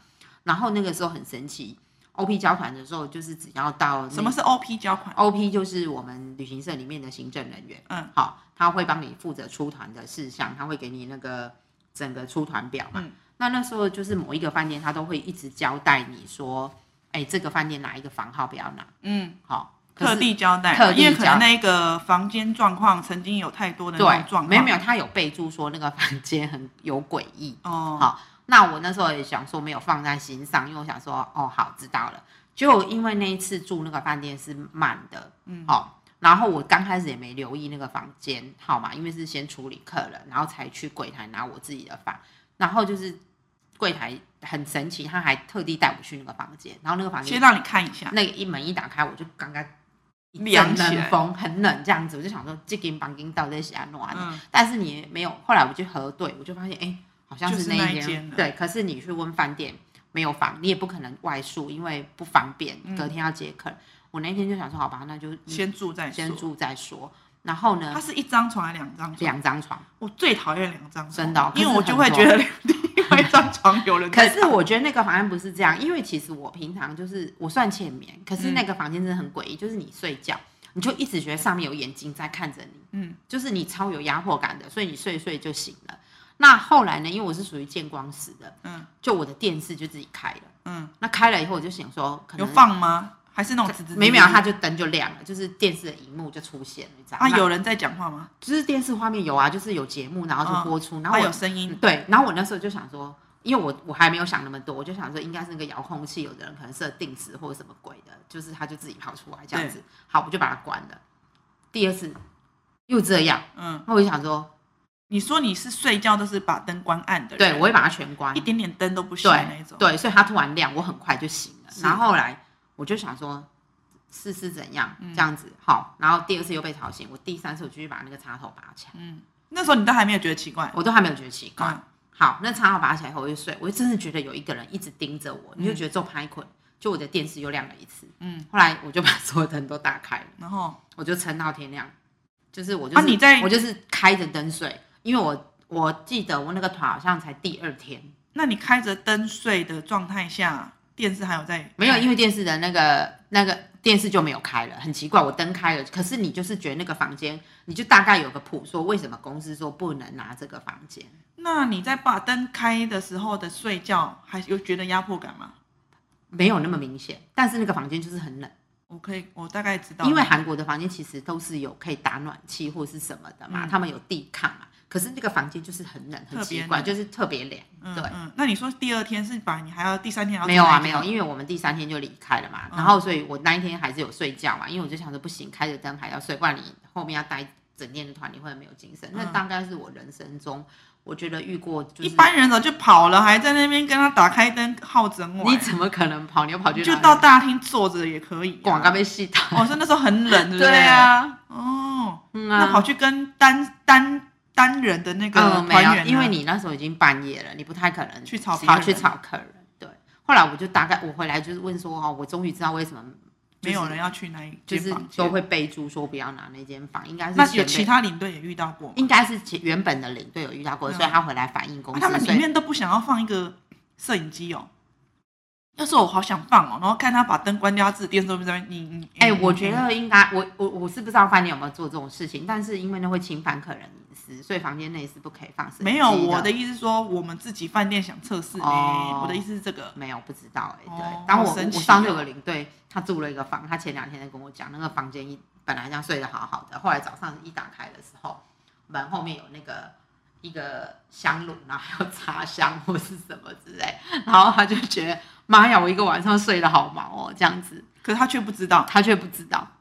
然后那个时候很神奇，OP 交团的时候，就是只要到那
什么是 OP 交款？
OP 就是我们旅行社里面的行政人员，
嗯，
好，他会帮你负责出团的事项，他会给你那个整个出团表嘛。
嗯
那那时候就是某一个饭店，他都会一直交代你说，哎、这个饭店哪一个房号不要拿，
嗯，
好，可
特
是
地交代，
特地
因为可
交
能那个房间状况曾经有太多的那种
对，
状况，
没有没有，他有备注说那个 房间很有诡异。
哦，
好，那我那时候也想说没有放在心上，因为我想说哦好知道了。就因为那一次住那个饭店是满的，
嗯
哦，然后我刚开始也没留意那个房间号码，因为是先处理客人，然后才去柜台拿我自己的房，然后就是柜台很神奇，他还特地带我去那个房间，然后那个房间
先让你看一下，
那个一门一打开，我就刚刚一
凉
阵
起来
冷风，很冷这样子，我就想说这间房间到底是安暖、
嗯
但是你没有，后来我去核对，我就发现哎、诶好像
就是
那
那一
一
间
间
了
对，可是你去问饭店没有房，你也不可能外宿，因为不方便
嗯，
隔天要接客人。我那天就想说，好吧，那就
先住再说
嗯先。住嗯再说。然后
它
呢，
是一张床还是两张床？
两张床，
我最讨厌两张床，
真的哦
因为我
可是
就
很
会
多
觉得两另外一张床有 人
可
在
是我觉得那个房间不是这样，因为其实我平常就是我算浅眠，可是那
嗯
个房间真的很诡异，就是你睡觉，你就一直觉得上面有眼睛在看着你，
嗯，
就是你超有压迫感的，所以你睡一睡就醒了。那后来呢，因为我是属于见光死的，
嗯
就我的电视就自己开了，
嗯，
那开了以后我就想说，可
有
能
放吗？还是那种吱吱吱
每秒它就灯就亮了，就是电视的荧幕就出现了，你知道吗？
啊有人在讲话吗？
就是电视画面有啊，就是有节目，然后就播出，然后
啊
我
有声音，
嗯对，然后我那时候就想说，因为我我还没有想那么多，我就想说应该是那个遥控器，有的人可能设定时或者什么鬼的，就是它就自己跑出来这样子。好，我就把它关了。第二次又这样，
嗯，
那我就想说，
你说你是睡觉都是把灯关暗的人，
对我会把它全关
一，点点灯都不行
对
那一种，
对，所以它突然亮，我很快就醒了。
是
然后后来我就想说。是是怎样
嗯
这样子、好，然后第二次又被吵醒，我第三次我就去把那个插头拔起来，
嗯，那时候你都还没有觉得奇怪，
我都还没有觉得奇怪。
嗯
好，那插好拔起来以后我就睡，我就真的觉得有一个人一直盯着我，你就觉得做拍捆，就我的电视又亮了一次。
嗯，
后来我就把所有灯都打开了，
然后
我就撑到天亮，就是我就是、
啊你在
我就是开着灯睡，因为我我记得我那个团好像才第二天，
那你开着灯睡的状态下，电视还有在
没有，因
为
为电视的那个那个电视就没有开了，很奇怪，我灯开了，可是你就是觉得那个房间，你就大概有个谱，说为什么公司说不能拿这个房间。
那你在把灯开的时候的睡觉，还有觉得压迫感吗？
没有那
嗯
么明显，但是那个房间就是很冷，
我可以，我大概知道，
因为韩国的房间其实都是有可以打暖气或是什么的嘛，
嗯
他们有地炕嘛。可是那个房间就是很冷，很
特别
奇怪，
冷
就是特别凉。
嗯
对，
嗯，那你说第二天是把你还要第三天还要
没有啊，
再来
没
一
有，
趟，
因为我们第三天就离开了嘛，
嗯
然后所以我那一天还是有睡觉嘛，因为我就想着不行，开着灯还要睡，不然你后面要待整天的团，你会没有精神。那
嗯
大概是我人生中我觉得遇过就是
一般人早就跑了，还在那边跟他打开灯耗整晚。
你怎么可能跑？你要跑去
欸就
哪里
到大厅坐着也可以、啊。
广告被戏打。
哦，是那时候很冷，对不
对
啊，哦，
嗯
那跑去跟单单单人的 那个
嗯，没
团员啊、
有，因为你那时候已经半夜了，你不太可能
去吵
只
别
要
人
去吵客人。对，后来我就大概我回来就是问说，哦，我终于知道为什么、就是
没有人要去那一
就
间
是
房间
都会备注说不要拿那间房，应该是
那
前
有
辈
其他领队也遇到过吗？
应该是前原本的领队有遇到过，
嗯
所以他回来反映公
啊
司，
他们
所
里
以
面都不想要放一个摄影机哦。要是我好想放哦，然后看他把灯关掉，他自己电视都不在那边你你
哎、
你
我觉得应该，我我我是不知道饭店有没有做这种事情，但是因为那会侵犯客人隐私，所以房间内是不可以放摄影机
没有。我的
的
意思是说，我们自己饭店想测试、
哦
哎，我的意思是这个。
没有不知道哎、对，
哦
当
好
我、
神奇
我
哦
上次有个领队，他住了一个房，他前两天在跟我讲，那个房间一本来这样睡得好好的，后来早上一打开的时候，门后面有那个一个香炉，然后还有茶香或是什么之类，然后他就觉得妈呀，我一个晚上睡得好忙哦，这样子，
可是他却不知道，
他却不知道。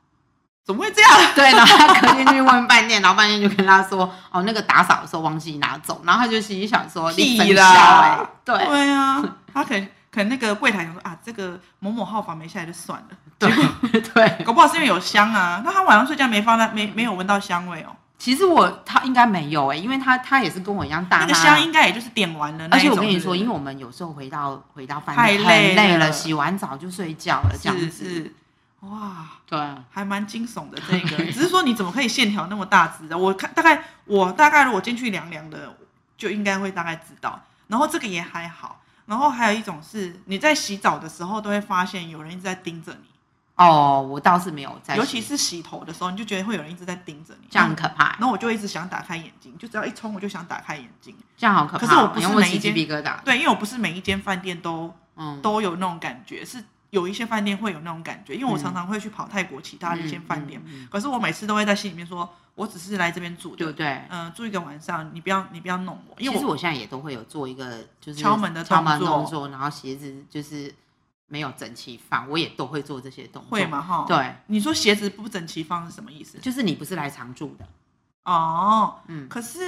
怎么会这样？
对，然后他隔天就去问饭店，然后饭店就跟他说，哦，那个打扫的时候忘记拿走，然后他就心里想说，
屁
你分
啦
销哎，对
对啊，他可能可能那个柜台想说啊，这个某某号房没下来就算了，
对 对。
搞不好是因为有香啊。那他晚上睡觉没放在没没有闻到香味哦，
其实我他应该没有哎、因为他他也是跟我一样大
那
妈，
个香应该也就是点完了那
而
一
且
种。
我跟
是
你
不
说，
是
因为我们有时候回到回到饭
太
店
累
很累
了
了，洗完澡就睡觉了，这样
是
子。
是，哇，
对，啊
还蛮惊悚的这 个，只是说你怎么可以线条那么大只啊的？我看大概我大概如果进去凉凉的，就应该会大概知道。然后这个也还好，然后还有一种是你在洗澡的时候都会发现有人一直在盯着你，
哦，我倒是没有在洗，
尤其是洗头的时候，你就觉得会有人一直在盯着你。
这样很可怕
然，后我就一直想打开眼睛，就只要一冲我就想打开眼睛。
这样好可怕哦。
可是我不是
因为我
每一
起
间
鸡皮疙瘩。
对，因为我不是每一间饭店都
嗯，
都有那种感觉，是有一些饭店会有那种感觉，因为
嗯
我常常会去跑泰国其他的一些饭店，
嗯嗯嗯
可是我每次都会在心里面说，我只是来这边住
对
的
不，对？
嗯、住一个晚上，你不要你不要弄我，因
其
为
实
我
我现在也都会有做一个，就是
敲门的
敲门
动作
动作，然后鞋子就是没有整齐放，我也都会做这些动作。
会？嘛哈。，
对，
你说鞋子不整齐放是什么意思？
就是你不是来常住的，
哦，
嗯
可是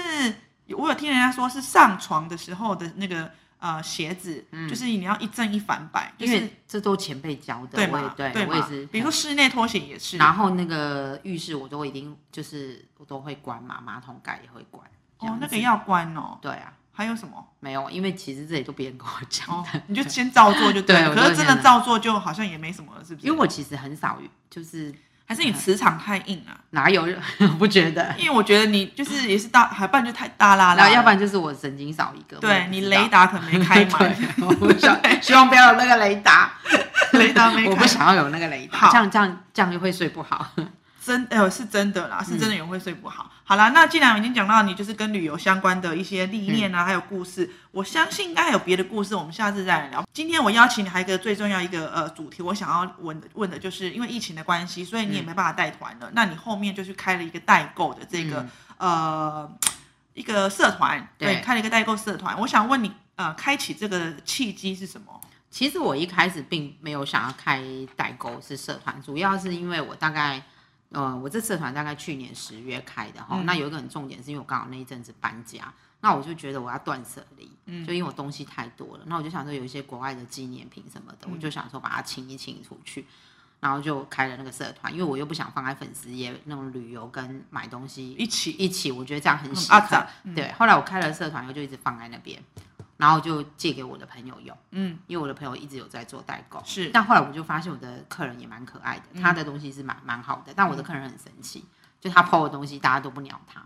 我有听人家说是上床的时候的那个呃鞋子，
嗯
就是你要一正一反摆，就
因
是
为这都前辈教的，
对
我也
嘛
对，
对
我也
嘛
是。，
比如说室内拖鞋也是，
然后那个浴室我都一定就是我都会关嘛，马桶盖也会关。这
哦
样
那个
子
要关哦，
对啊，
还有什么？
没有，因为其实这里都别人跟我讲
哦
的，，
你就先照做就对了。
对我
可
就是这
真
样
的照做就好像也没什么了，是不是？
因为我嗯其实很少就是
还是你磁场太硬啊，
哪有，我 不觉 得。
因为我觉得你就是也是大，还不然就太大啦啦
然
了，
啊后要不然就是我神经少一个，我也
对
不
你
知道
雷达可能没开满，
对，我不想，希望不要有那个雷达，
雷达没
我
开
不，想要有那个雷
好
达，这样这样这样就会睡不好。
真呃是真的啦，是真的
嗯
有人会睡不好。好啦，那既然我已经讲到你就是跟旅游相关的一些
嗯
历练啊，还有故事，我相信应该还有别的故事，我们下次再来聊。今天我邀请你还有一个最重要一个呃主题，我想要问的问的就是，因为疫情的关系，所以你
嗯
也没办法带团了，那你后面就去开了一个代购的这个、呃一个社团，对，
嗯对
开了一个代购社团。我想问你，呃，开启这个契机是什么？
其实我一开始并没有想要开代购是社团，主要是因为我大概，呃，我这社团大概去年十月开的哈、
嗯
那有一个很重点是因为我刚好那一阵子搬家，那我就觉得我要断舍离，
嗯
就因为我东西太多了，那我就想说有一些国外的纪念品什么的，
嗯
我就想说把它清一清出去。然后就开了那个社团，因为我又不想放在粉丝页那种旅游跟买东西
一起
一起，我觉得这样很
嗯
喜
阿
欢。
展嗯
对，后来我开了社团，我就一直放在那边，然后就借给我的朋友用。
嗯，
因为我的朋友一直有在做代购，
是嗯
但后来我就发现我的客人也蛮可爱的，他的东西是蛮蛮好的，但我的客人很生气，就他 PO 的东西大家都不鸟他。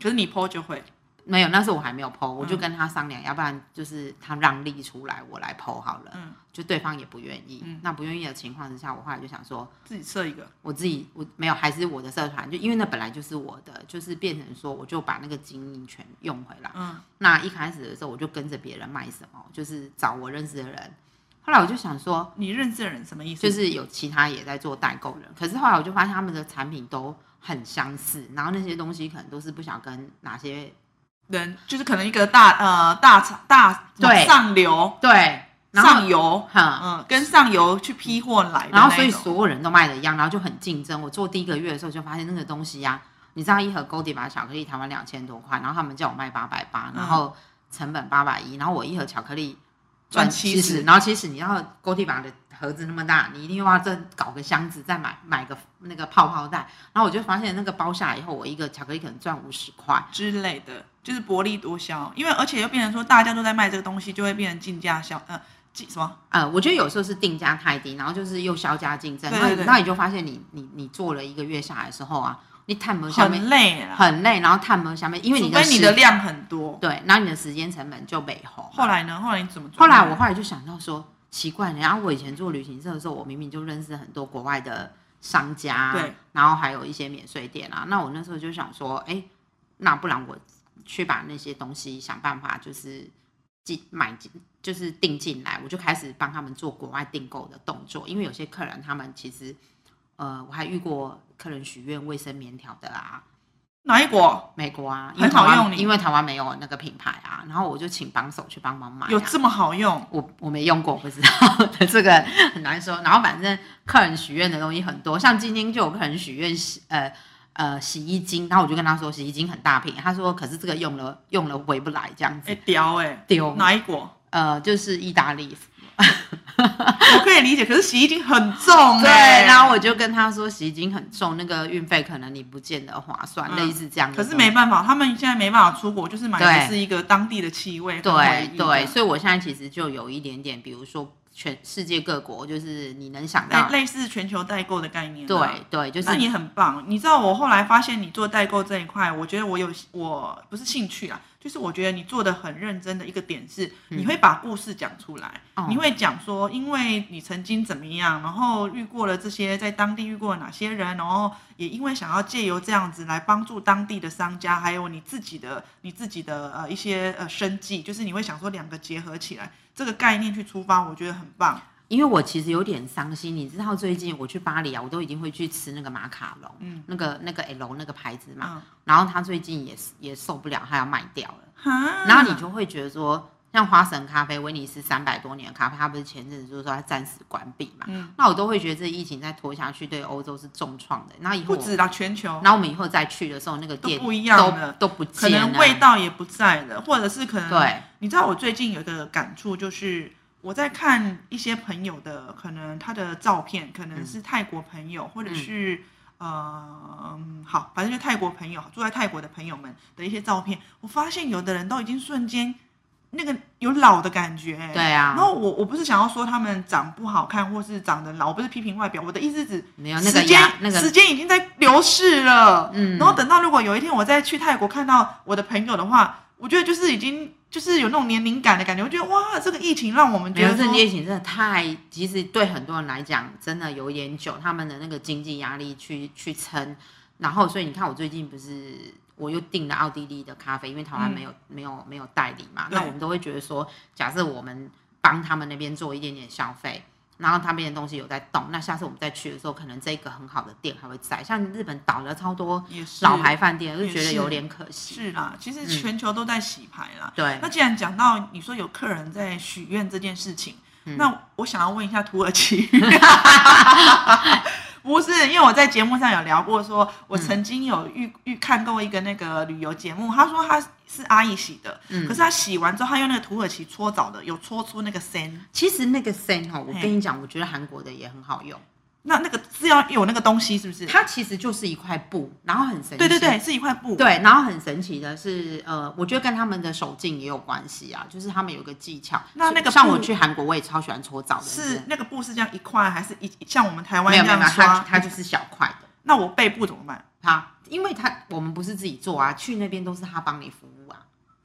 可是你 PO 就会，
没有，那时候我还没有 PO，我就
嗯
跟他商量，要不然就是他让利出来，我来 PO 好了。
嗯，
就对方也不愿意，
嗯
那不愿意的情况之下，我后来就想说，
自己设一个，
我自己我没有，还是我的社团，就因为那本来就是我的，就是变成说，我就把那个经营权用回来。
嗯
那一开始的时候，我就跟着别人卖什么，就是找我认识的人。后来我就想说，
你认识的人什么意思？
就是有其他也在做代购人，可是后来我就发现他们的产品都很相似，然后那些东西可能都是不想跟哪些
人，就是可能一个大呃大厂大
对
上流
对，然后
上游，
哈、
嗯，跟上游去批货来的
然后
那
所以
一种，
所有人都卖的一样，然后就很竞争。我做第一个月的时候就发现那个东西呀、你知道一盒 g o d i v a 巧克力台湾两千多块，然后他们叫我卖八百
嗯
八，然后成本八百一，然后我一盒巧克力
赚
七
70
然后其实你要 g o d i v a 的盒子那么大，你一定要再搞个箱子，再买买个那个泡泡袋，然后我就发现那个包下来以后，我一个巧克力可能赚五十块。
之类的，就是薄利多销。因为而且又变成说大家都在卖这个东西，就会变成竞价销呃竞什么？
呃，我觉得有时候是定价太低，然后就是又销价竞争，
对
那
对
那你就发现你你你做了一个月下来之后啊，你探门下面
很累啦，
很累，然后探门下面，因为你
除非
的
你
时
的量很多。
对，然后你的时间成本就被红。
后来呢？后来你怎么转
嗯后
换？
来我后来就想到说，奇怪，然后我以前做旅行社的时候，我明明就认识很多国外的商家，
对，
然后还有一些免税店啊。那我那时候就想说，哎，那不然我去把那些东西想办法就是进买进，就是订进来，我就开始帮他们做国外订购的动作，因为有些客人他们其实。呃，我还遇过客人许愿卫生棉条的啊，
哪一国
美国啊，因
很
为台
好
湾
用你
因为台湾没有那个品牌啊，然后我就请帮手去帮忙买、啊，
有这么好用？
我我没用过，我不知道这个很难说。然后反正客人许愿的东西很多，像今天就有客人许愿洗呃呃洗衣精，然后我就跟他说洗衣精很大瓶，他说可是这个用了用了回不来这样
哎、
子
屌哎、
丢、
哪一国？
呃就是意大利
我可以理解，可是洗衣精很重
对，
哎、
然后我就跟他说洗衣精很重，那个运费可能你不见得划算，
嗯
类似这样的
可
东西。
是没办法，他们现在没办法出国，就是买的
对
是一个当地的气味跟回
对
忆这样。
对，所以我现在其实就有一点点，比如说全世界各国，就是你能想到，
类类似全球代购的概念、啊。
对对，就是
那你很棒。你知道我后来发现你做代购这一块，我觉得我有我不是兴趣啦，就是我觉得你做的很认真的一个点是，你会把故事讲出来，
嗯哦
你会讲说，因为你曾经怎么样，然后遇过了这些在当地遇过了哪些人，然后也因为想要借由这样子来帮助当地的商家，还有你自己的你自己的呃一些呃生计，就是你会想说两个结合起来，这个概念去出发，我觉得很棒。
因为我其实有点伤心，你知道最近我去巴黎啊，我都已经会去吃那个马卡龙，
嗯
那个那个 L 那个牌子嘛，
嗯
然后他最近也是也受不了，他要卖掉了，
哈
然后你就会觉得说，像花神咖啡，威尼斯三百多年的咖啡，它不是前阵子就是说它暂时关闭嘛，
嗯
那我都会觉得这疫情再拖下去对欧洲是重创的，那以后
不
我
止啦，全球。
那我们以后再去的时候，那个店
都不一样了
都都不
可
见了，
能味道也不在了，或者是可能
对，
你知道我最近有一个感触，就是我在看一些朋友的，可能他的照片，可能是泰国朋
嗯
友，或者是、呃嗯好，反正就泰国朋友住在泰国的朋友们的一些照片，我发现有的人都已经瞬间那个有老的感觉、欸
对啊
然后我我不是想要说他们长不好看，或是长得老，我不是批评外表，我的意思是指
没有那个
时间
牙那个
时间已经在流逝了。
嗯
然后等到如果有一天我再去泰国看到我的朋友的话，我觉得就是已经就是有那种年龄感的感觉。我觉得哇，这个疫情让我们
没
觉
有，
得
这
说
疫情真的太，其实对很多人来讲，真的有一点久，他们的那个经济压力去去撑。然后，所以你看，我最近不是我又订了奥地利的咖啡，因为台湾
嗯
没有、没有没有代理嘛，
对
那我们都会觉得说，假设我们帮他们那边做一点点消费。然后他们的东西有在动，那下次我们再去的时候，可能这个很好的店还会在。像日本倒了超多
也是
老牌饭店，我就
也
觉得
是
有点可惜。
是啦，其实
嗯
全球都在洗牌啦。
对
那，既然讲到你说有客人在许愿这件事情，
嗯
那我想要问一下土耳 其，不是因为我在节目上有聊过说我曾经有
嗯
遇遇看过一个那个旅游节目，他说他是阿姨洗的，
嗯
可是他洗完之后，他用那个土耳其搓澡的，有搓出那个森，
其实那个 sen 哈，我
嘿
跟你讲，我觉得韩国的也很好用。
那那个是要有那个东西是不是？
它其实就是一块布，然后很神奇。
对对对，是一块布，
对，然后很神奇的是，呃，我觉得跟他们的手劲也有关系啊，就是他们有个技巧。
那那个
像
布
我去韩国，我也超喜欢搓澡的，
是那个布是这样一块，还是一像我们台湾
没
一
有没有
样
没有，它
刷？
它就是小块的。
那我背部怎么办？
它因为它我们不是自己做啊，去那边都是他帮你服务啊，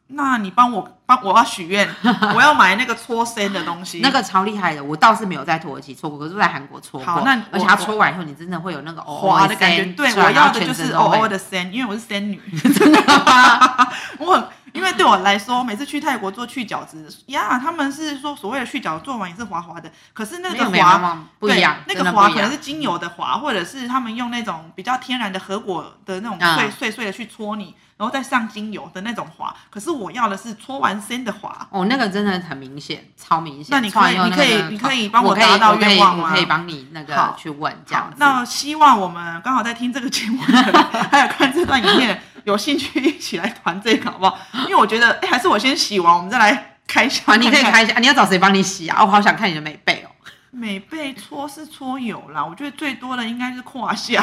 那你帮我帮我要许 愿，我要买那个搓身的东西。
那个超厉害的。我倒是没有在土耳其搓过，可是在韩国搓过。
好那
而且
我
它
我
搓完以后，你真的会有那个
滑
啊
的感觉，对我要的就是哦哦
的。
的森，因为我是森女，
真的吗
我很因为对我来说，每次去泰国做去角质呀，他们是说所谓的去角做完也是滑滑的，可是那
没
个
有没有没
滑
有不一样，
对那
真
个
的不
滑
一
可能
样
是精油的滑，或者是他们用那种比较天然的核果的那种
嗯
碎碎碎的去搓你，然后再上精油的那种滑。可是我要的是搓完身的滑。
哦，那个真的很明显，超明显。
那你
搓完
可以
以后
你
那
可
个
以
真的
你
超
可以帮
我
我
可以
达到
我可
愿
以
望
我
吗
可以帮你那个
好
去问这
好
样，子。
那希望我们刚好在听这个节目的人， 还有看这段影片，有兴趣一起来团这个好不好？因为我觉得，哎，还是我先洗完，我们再来开箱
啊，
看看。
你可以开一下，啊你要找谁帮你洗啊？哦我好想看你的美背哦。
美背搓是搓有啦，我觉得最多的应该是胯下，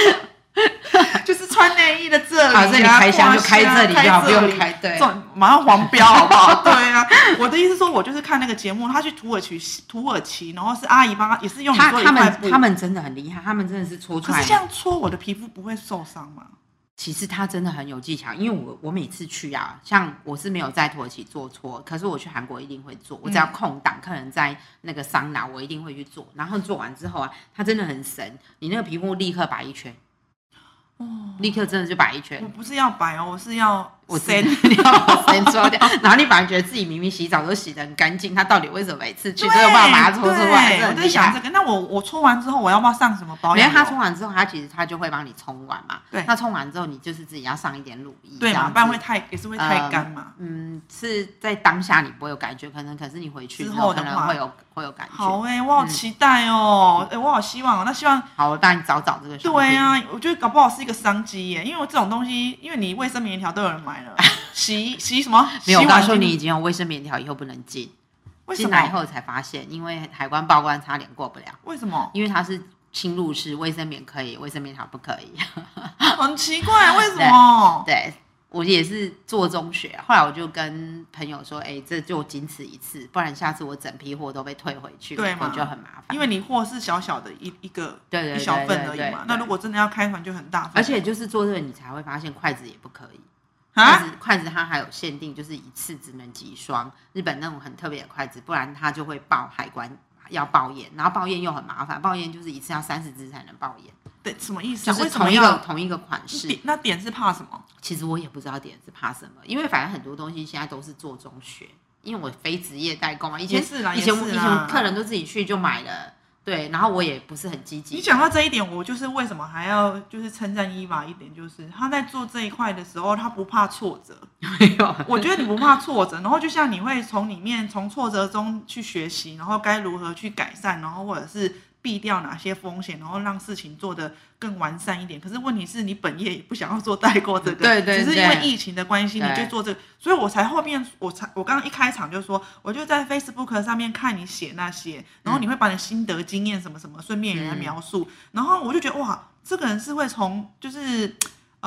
就是穿内衣的这里、啊。
啊，所以你开箱就
胯
开
下
这里就好，不
这
用
里
开对。
这马上黄标好不好？对啊，我的意思是说，我就是看那个节目，他去土耳其，土耳其，然后是阿姨帮他，也是用你
他
做一
他
块
们
布。
他们真的很厉害，他们真的是搓出
可
来
是
的
这样搓，我的皮肤不会受伤吗？
其实他真的很有技巧，因为我我每次去啊，像我是没有在土耳其做搓，可是我去韩国一定会做，我只
嗯
要空档，客人在那个桑拿，我一定会去做。然后做完之后啊，它真的很神，你那个皮肤立刻白一圈，
哦，
立刻真的就白一圈
我。不是要白哦，我是要
我知 道
深。
你要把神搓掉，然后你反而觉得自己明明洗澡都洗得很干净，他到底为什么每次去都有办法把它搓出来？
对
真的
我
很
在
厉
想
害
这个，那我我搓完之后，我要不要上什么保
没
养
有，
油？
他冲完之后，他其实他就会帮你冲完嘛。
对
那冲完之后，你就是自己要上一点乳液，
对
这样
嘛，
子
不然会太也是会太
嗯
干嘛。
嗯，是在当下你不会有感觉，可能可是你回去
之
之
后
后
的
可
话
能会有会有感觉。
好哎、我
嗯
好期待哦、哎、我好希望哦、那希望
好，我帮你找找这个。
对，啊，我觉得搞不好是一个商机耶、因为我这种东西，因为你卫生棉条都有人买 了，洗洗什么？
没有，
洗
我
碗
告诉
巾
你，已，经有卫生棉条，以后不能进。
为什
进来以
么？
后才发现，因为海关报关差点过不了，
为什么？
因为它是侵入式，卫生棉可以，卫生棉条不可以。
很奇怪，为什么？
对我也是做中学，后来我就跟朋友说，哎、这就仅此一次，不然下次我整批货都被退回去，
对嘛
我就很麻烦。
因为你货是小小的一一个
对对对
一小份而
对对
已嘛
对，
那如果真的要开团就很大份，
而且就是做这个，你才会发现筷子也不可以。筷
啊，
子筷子它还有限定，就是一次只能几双。日本那种很特别的筷子，不然它就会爆海关，要爆验，然后爆验又很麻烦，爆验就是一次要三十只才能爆验，
对，什么意思
就
啊？为
是
什么
同一个
要
同一个款式
点。？那点是怕什么？
其实我也不知道点是怕什么，因为反正很多东西现在都是做中学，因为我非职业代购嘛，以前
也是啦
以前
也是啦
以前客人都自己去就买了，对，然后我也不是很积极。
你讲到这一点，我就是为什么还要就是称赞伊娃一点，就是他在做这一块的时候，他不怕挫折。
没有？
我觉得你不怕挫折，然后就像你会从里面从挫折中去学习，然后该如何去改善，然后或者是避掉哪些风险，然后让事情做得更完善一点。可是问题是你本业也不想要做代购这个，
对对
只是因为
对
疫情的关系，你就
对
做这个，所以我才后面我才我刚刚一开场就说，我就在 Facebook 上面看你写那些，然后你会把你心得经验什么什么，顺便也来描述，
嗯
然后我就觉得哇，这个人是会从就是。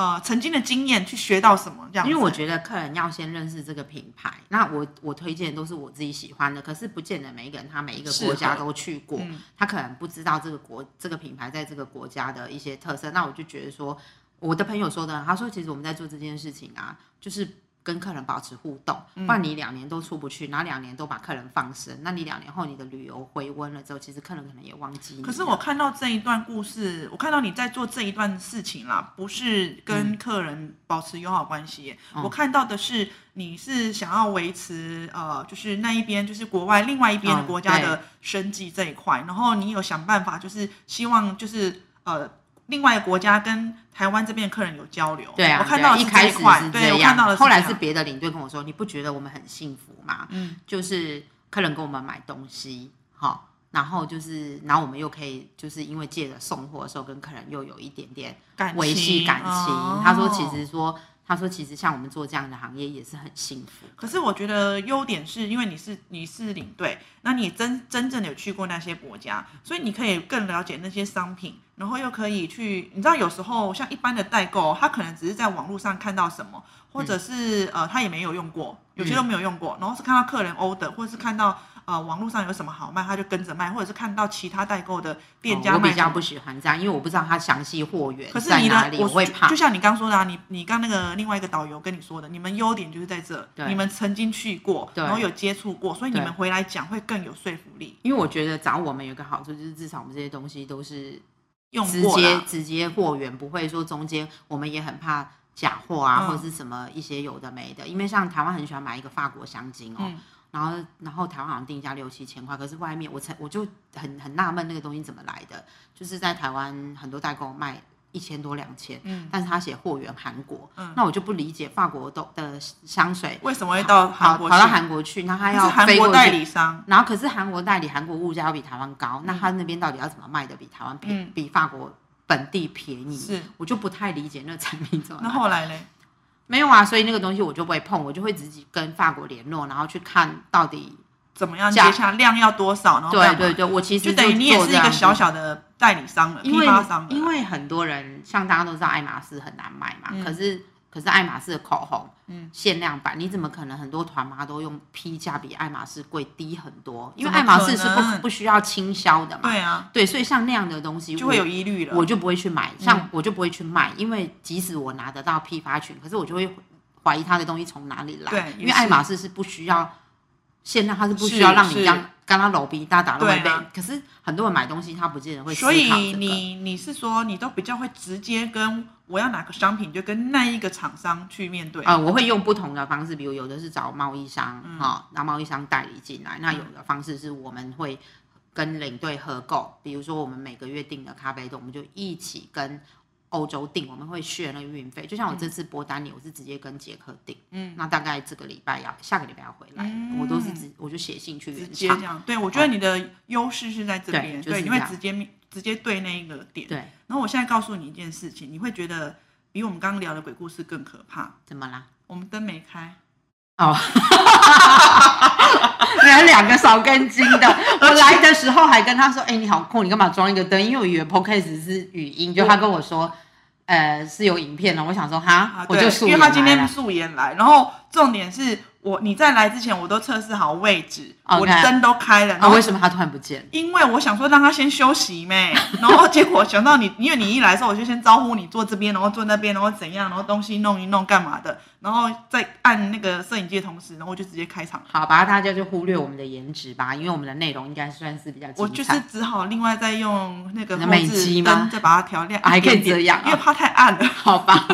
呃，曾经的经验去学到什么这样子？
因为我觉得客人要先认识这个品牌，那我我推荐都是我自己喜欢的，可是不见得每一个人他每一个
适合
国家都去过，
嗯
他可能不知道这个国这个品牌在这个国家的一些特色。那我就觉得说，我的朋友说的，他说其实我们在做这件事情啊，就是。跟客人保持互动，不
嗯
然你两年都出不去，然后两年都把客人放生，那你两年后你的旅游回温了之后，其实客人可能也忘记你了。
可是我看到这一段故事，我看到你在做这一段事情啦，不是跟客人保持友好关系耶、
嗯
我看到的是你是想要维持呃，就是那一边就是国外另外一边的
嗯
国家
对
的生计这一块，然后你有想办法，就是希望就是呃。另外一个国家跟台湾这边的客人有交流，
对啊，
我看
对
到
啊
的
一
是这
开
一
始
块，
是
对
这
我看到的
样，
是这
后
样，
来是别的领队跟我说，你不觉得我们很幸福吗？
嗯，
就是客人给我们买东西，好，然后就是，然后我们又可以就是因为借着送货的时候，跟客人又有一点点
感
维系感情。
哦
他说，其实说，他说其实像我们做这样的行业也是很幸福。
可是我觉得优点是因为你是你是领队，那你真真正的有去过那些国家，所以你可以更了解那些商品，然后又可以去，你知道有时候像一般的代购，他可能只是在网络上看到什么，或
嗯
者是、呃他也没有用过，有些都没有用过，然后是看到客人 order，或者是看到呃网络上有什么好卖，他就跟着卖，或者是看到其他代购的店家
哦我
卖
比
什
较
么。
不喜欢这样，因为我不知道他详细货源
可是
在
你
哪
的
里，
我
我会
就
怕
就。像你刚说的啊，你你刚那个另外一个导游跟你说的，你们优点就是在这，
对
你们曾经去过，
对
然后有接触过，所以你
对
们回来讲会更有说服力。
因为我觉得找我们有一个好处，就是至少我们这些东西都是
用
直
过
接
啦
直接货源，不会说中间我们也很怕假货啊，
嗯
或者是什么一些有的没的。因为像台湾很喜欢买一个法国香精哦，
嗯
然后然后台湾好像定价六七千块，可是外面我才我就很很纳闷那个东西怎么来的，就是在台湾很多代购卖一千多两千，
嗯，
但是他写货源韩国，
嗯
那我就不理解法国都的香水
为什么会到韩
跑跑
国
到
去
韩国去，那他
可
要
是韩
飞
国
过
代
去
理商，
然后可是韩国代理韩国物价要比台湾高，那他那边到底要怎么卖的比台湾便、
嗯
比法国本地便宜？
是
我就不太理解那产品 怎么
那
来。
后来嘞，
没有啊，所以那个东西我就不会碰，我就会自己跟法国联络，然后去看到底。
怎么样
价
接下量要多少，然后哦干
对
嘛
对，对，我其实
就等于你也
做
是
这
一个
样
小
子。
小的代理商了，
因
批
为
发商了，
因为很多人像大家都知道爱马仕很难买嘛，
嗯
可是可是爱马仕的口红，
嗯
限量版，你怎么可能很多团妈都用批价比爱马仕贵低很多？因为
怎么
爱马仕
可
是不
能
不需要倾销的嘛，
对啊，
对，所以像那样的东西
就会有嗯
我
疑虑了。
我就不会去买，像我就不会去卖，因为即使我拿得到批发权，可是我就会怀疑它的东西从哪里来。
对
因
也
为爱
是
马仕是不需要限量，它是不需
是
要让你
是
这样跟它搂逼大打乱
对
背
啊。
可是很多人买东西，他不见得会思考
所
这个。
以你你是说你都比较会直接跟我要哪个商品就跟那一个厂商去面对，嗯
啊、我会用不同的方式，比如有的是找贸易商哈，那、贸易商代理进来，那有的方式是我们会跟领队合购，比如说我们每个月订的咖啡豆，我们就一起跟欧洲订，我们会削那个运费。就像我这次波丹尼，我是直接跟捷克订，
嗯，
那大概这个礼拜要下个礼拜要回来，
嗯
我都是直我就写信去
直
原
接
厂
这，样。对，我觉得你的优势是在这
哦对
边，
就是
对，你
这
会
样
直接面直接对那一个点。
对，
然后我现在告诉你一件事情，你会觉得比我们刚刚聊的鬼故事更可怕。
怎么啦？
我们灯没开，
你有两个少根筋的，我来的时候还跟他说：“哎、你好酷，你干嘛装一个灯？”因为我以为 podcast 是语音，就他跟我说，呃，是有影片的。我想说，哈，
嗯啊，
我
对
就，素
因
颜
为他今
来
天
了啊
素颜来，然后重点是我你在来之前我都测试好位置，我
OK
灯都开了，然
啊，
后
哦为什么他突然不见？
因为我想说让他先休息咩，然后结果想到你，因为你一来的时候我就先招呼你坐这边，然后坐那边，然后怎样，然后东西弄一弄干嘛的，然后再按那个摄影机的同时，然后我就直接开场，
好吧，大家就忽略我们的颜值吧，因为我们的内容应该算是比较精彩。
我就是只好另外再用那个
那
后
美
置
肌吗
灯再把它调亮
啊还
一
可以
点点，
这样啊
因为怕太暗了。
好吧，，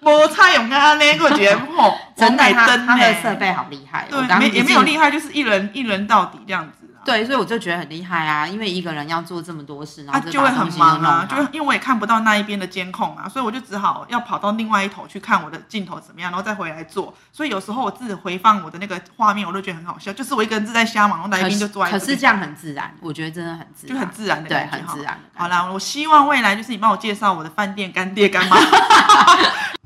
摩擦勇跟安那个节目
真的
我买
他
灯
他的
呢
设备好厉害哦，我
对，
刚
没
一
也没有
进
厉害，就是一人一人到底这样子啊。
对，所以我就觉得很厉害啊，因为一个人要做这么多事，然
啊，
后再
就
把
会很
东西
忙
都弄
啊，
好
就会因为我也看不到那一边的监控啊，所以我就只好要跑到另外一头去看我的镜头怎么样，然后再回来做。所以有时候我自己回放我的那个画面，我都觉得很好笑，就是我一个人自在瞎忙，然后来
可
宾就是坐在
可是
这
这样很自然，我觉得真的很自
边
然，
就很自然的
对，
感觉
很自。然的感觉。
好好啦，我希望未来就是你帮我介绍我的饭店干爹 干妈。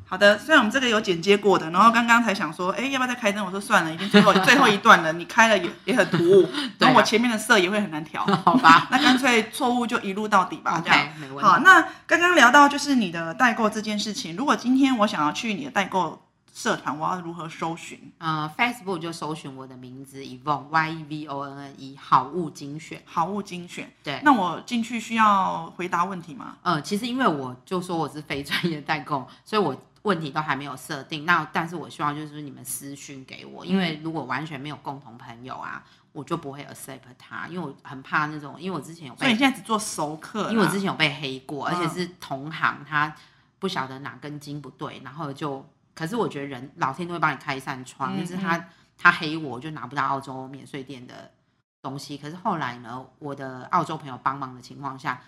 好的，虽然我们这个有剪接过的，然后刚刚才想说，哎，要不要再开灯？我说算了，已经 最后最后一段了，你开了也也很突兀，
对
然后
啊
我前面的色也会很难 调，
好吧。
那干脆错误就一路到底吧，这样。
OK，没 问
好，
题。
那刚刚聊到就是你的代购这件事情，如果今天我想要去你的代购社团，我要如何搜寻？
呃，Facebook 就搜寻我的名字 Evon Y E V O N N E 好物精选。
好物精选，
对，
那我进去需要回答问题吗？
呃，其实因为我就说我是非专业代购， 所以我问题都还没有设定。那但是我希望就是你们私讯给我，因
嗯
为如果完全没有共同朋友啊，我就不会 accept 他，因为我很怕那种，因为我之前有
所以
被
你，现在只做熟客啦，
因为我之前有被黑过，而且
嗯
是同行他不晓得哪根筋不对，然后就，可是我觉得人老天都会帮你开一扇窗，
嗯
就是他他黑我，我就拿不到澳洲免税店的东西。可是后来呢，我的澳洲朋友帮忙的情况下，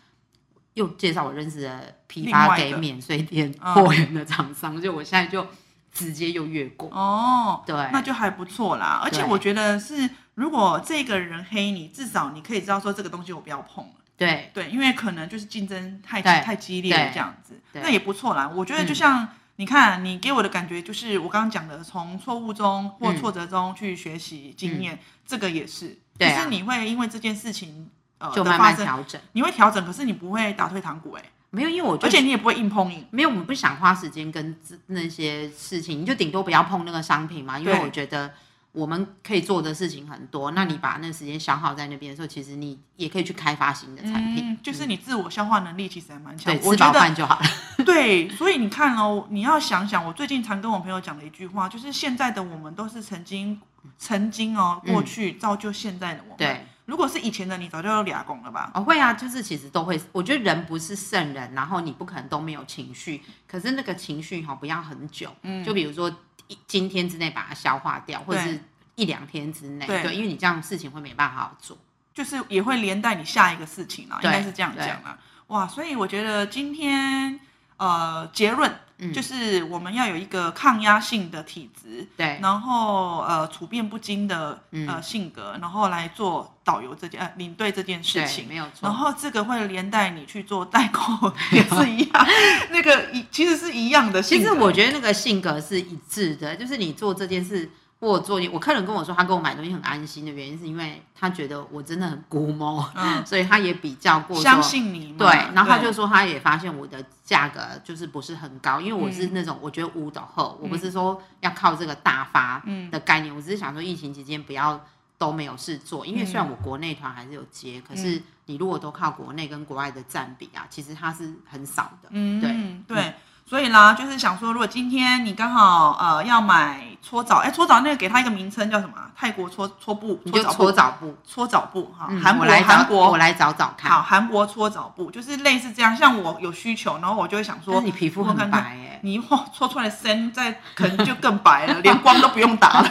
又介绍我认识的批
另
发
外一
给
个
免税店
嗯
货源的厂商，就我现在就直接又越过。
哦，
对，
那就还不错啦。而且
对
我觉得是，如果这个人黑你，至少你可以知道说这个东西我不要碰了。
对
对，因为可能就是竞争太激
对
太激烈了
对
这样子，
对
那也不错啦。我觉得就
嗯
像、你看，你给我的感觉就是我刚刚讲的，从错误中或
嗯
挫折中去学习经验，这个也是。
对
可
啊
是你会因为这件事情呃
就
的
慢
发
慢
生，
调整。
你会调整，可是你不会打退堂鼓哎、欸
没有，因为我就
而且你也不会硬碰硬。
没有，我们不想花时间跟自那些事情，你就顶多不要碰那个商品嘛，因为
对
我觉得我们可以做的事情很多。那你把那时间消耗在那边的时候，其实你也可以去开发新的产品，
嗯，就是你自我消化能力其实还蛮强
对，，
我
吃
觉
饱
得
饭就好了。
对，所以你看哦，你要想想，我最近常跟我朋友讲的一句话，就是现在的我们都是曾经曾经哦过去造就现在的我们。
嗯对，
如果是以前的你，早就俩拱了吧？
哦，会啊，就是其实都会，我觉得人不是圣人，然后你不可能都没有情绪，可是那个情绪哈、不要很久，
嗯
就比如说一今天之内把它消化掉，或者
对
是一两天之内，
对
对，因为你这样事情会没办法好好做，
就是也会连带你下一个事情啦，啊应
对
该是这样讲啦。哇，所以我觉得今天呃结论
嗯，
就是我们要有一个抗压性的体质，
对，
然后呃处变不惊的
嗯
呃性格，然后来做导游这件呃领队这件事
对，
情。
没有
然
错，
后这个会连带你去做代购也是一 样，那个一其实是一样的
其
性格。
实我觉得那个性格是一致的，就是你做这件事。或做我客人跟我说，他给我买东西很安心的原因，是因为他觉得我真的很估摸，
嗯
所以他也比较过说
相信你嘛，
对，然后他
对
就说他也发现我的价格就是不是很高，因为我是
嗯
那种我觉得五斗后，我不是说要靠这个大发
嗯
的概念，我只是想说疫情期间不要都没有事做，
嗯
因为虽然我国内团还是有接，可是你如果都靠国内跟国外的占比啊，其实它是很少的。
嗯，对，所以啦，就是想说，如果今天你刚好呃要买搓澡，哎，搓澡那个给它一个名称叫什么啊？泰国搓搓布，
你
搓
就
澡
搓
布，
澡布，
搓澡布哈，
嗯
韩
我
国
来
韩
找我
国
来找找
好，
看。
韩国搓澡布就是类似这样，像我有需求，然后我就会想
但
说
是你，皮肤
我
很
看
白
看
哎、
你哇搓出来的深，再可能就更白了，连光都不用打了，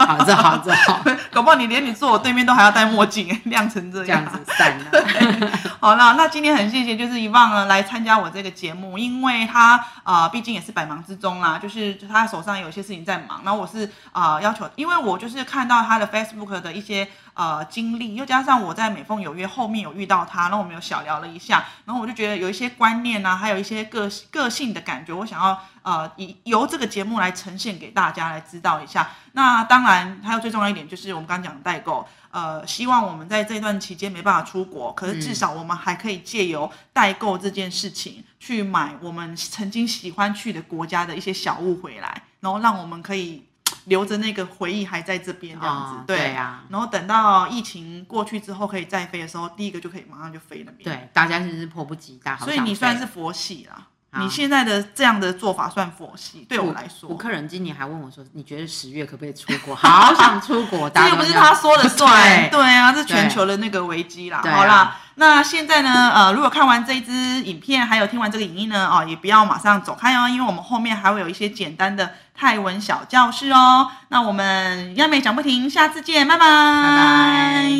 好这好这 好，
搞不好你连你坐我对面都还要戴墨镜， 哎亮成这
这
样
样子散了。
好了，那今天很谢谢就是遗忘了来参加我这个节目，因为他呃毕竟也是百忙之中啦，就是他手上有一些事情在忙，然后我是呃要求，因为我就是看到他的 Facebook 的一些呃经历，又加上我在美凤有约后面有遇到他，然后我们有小聊了一下，然后我就觉得有一些观念啊，还有一些个个性的感觉，我想要呃以由这个节目来呈现给大家来知道一下。那当然还有最重要一点就是我们刚刚讲的代购，呃，希望我们在这段期间没办法出国，可
嗯
是至少我们还可以借由代购这件事情去买我们曾经喜欢去的国家的一些小物回来，然后让我们可以留着那个回忆还在这边这样子，
哦
对
对啊
然后等到疫情过去之后可以再飞的时候，第一个就可以马上就飞那边。，
对，大家真是迫不及待，好
所以
想
你算
飞
是佛系啦。
好
你现在的这样的做法算佛系，对我来说，
我客人今年还问我说：“你觉得十月可不可以出国？”好想出 国，
这
大家
又
都
不是
这样
他说了算，
对
对啊，这全
对
球的那个危机啦。
对啊
好啦，那现在呢，呃，如果看完这一支影片，还有听完这个影音呢，哦，也不要马上走开哦，因为我们后面还会有一些简单的泰文小教室哦。那我们亚美讲不停，下次见，拜拜，
拜拜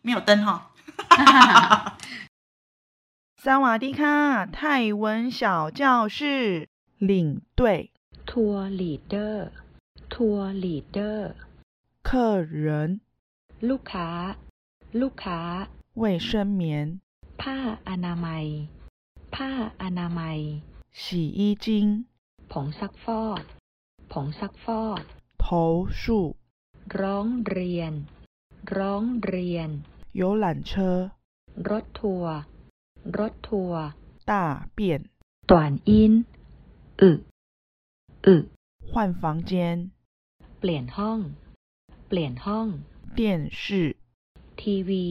没有灯哈、 哦。萨瓦迪卡，泰文小教室领队
ทัวร์ลีดเดอร์ ทัวร์ลีดเดอร์
客人
ลูกค้า ลูกค้า
卫生棉
ผ้าอนามัย ผ้าอนามัย
洗衣精
ผงซักฟอก ผงซักฟอก
投诉。
ร้องเรียน ร้องเรียน
游览车、
รถทัวร์ รถทัวร์
大便、
ตวนอิน อึ อึ
换房间、
เปลี่ยนห้อง เปลี่ยนห้อง
电视、
ทีวี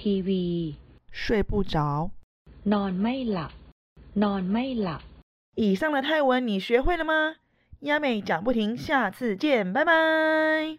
ทีวี
睡不着。
นอนไม่หลับ นอนไม่หลับ
以上的泰文你学会了吗？亚美讲不停，下次见，拜拜。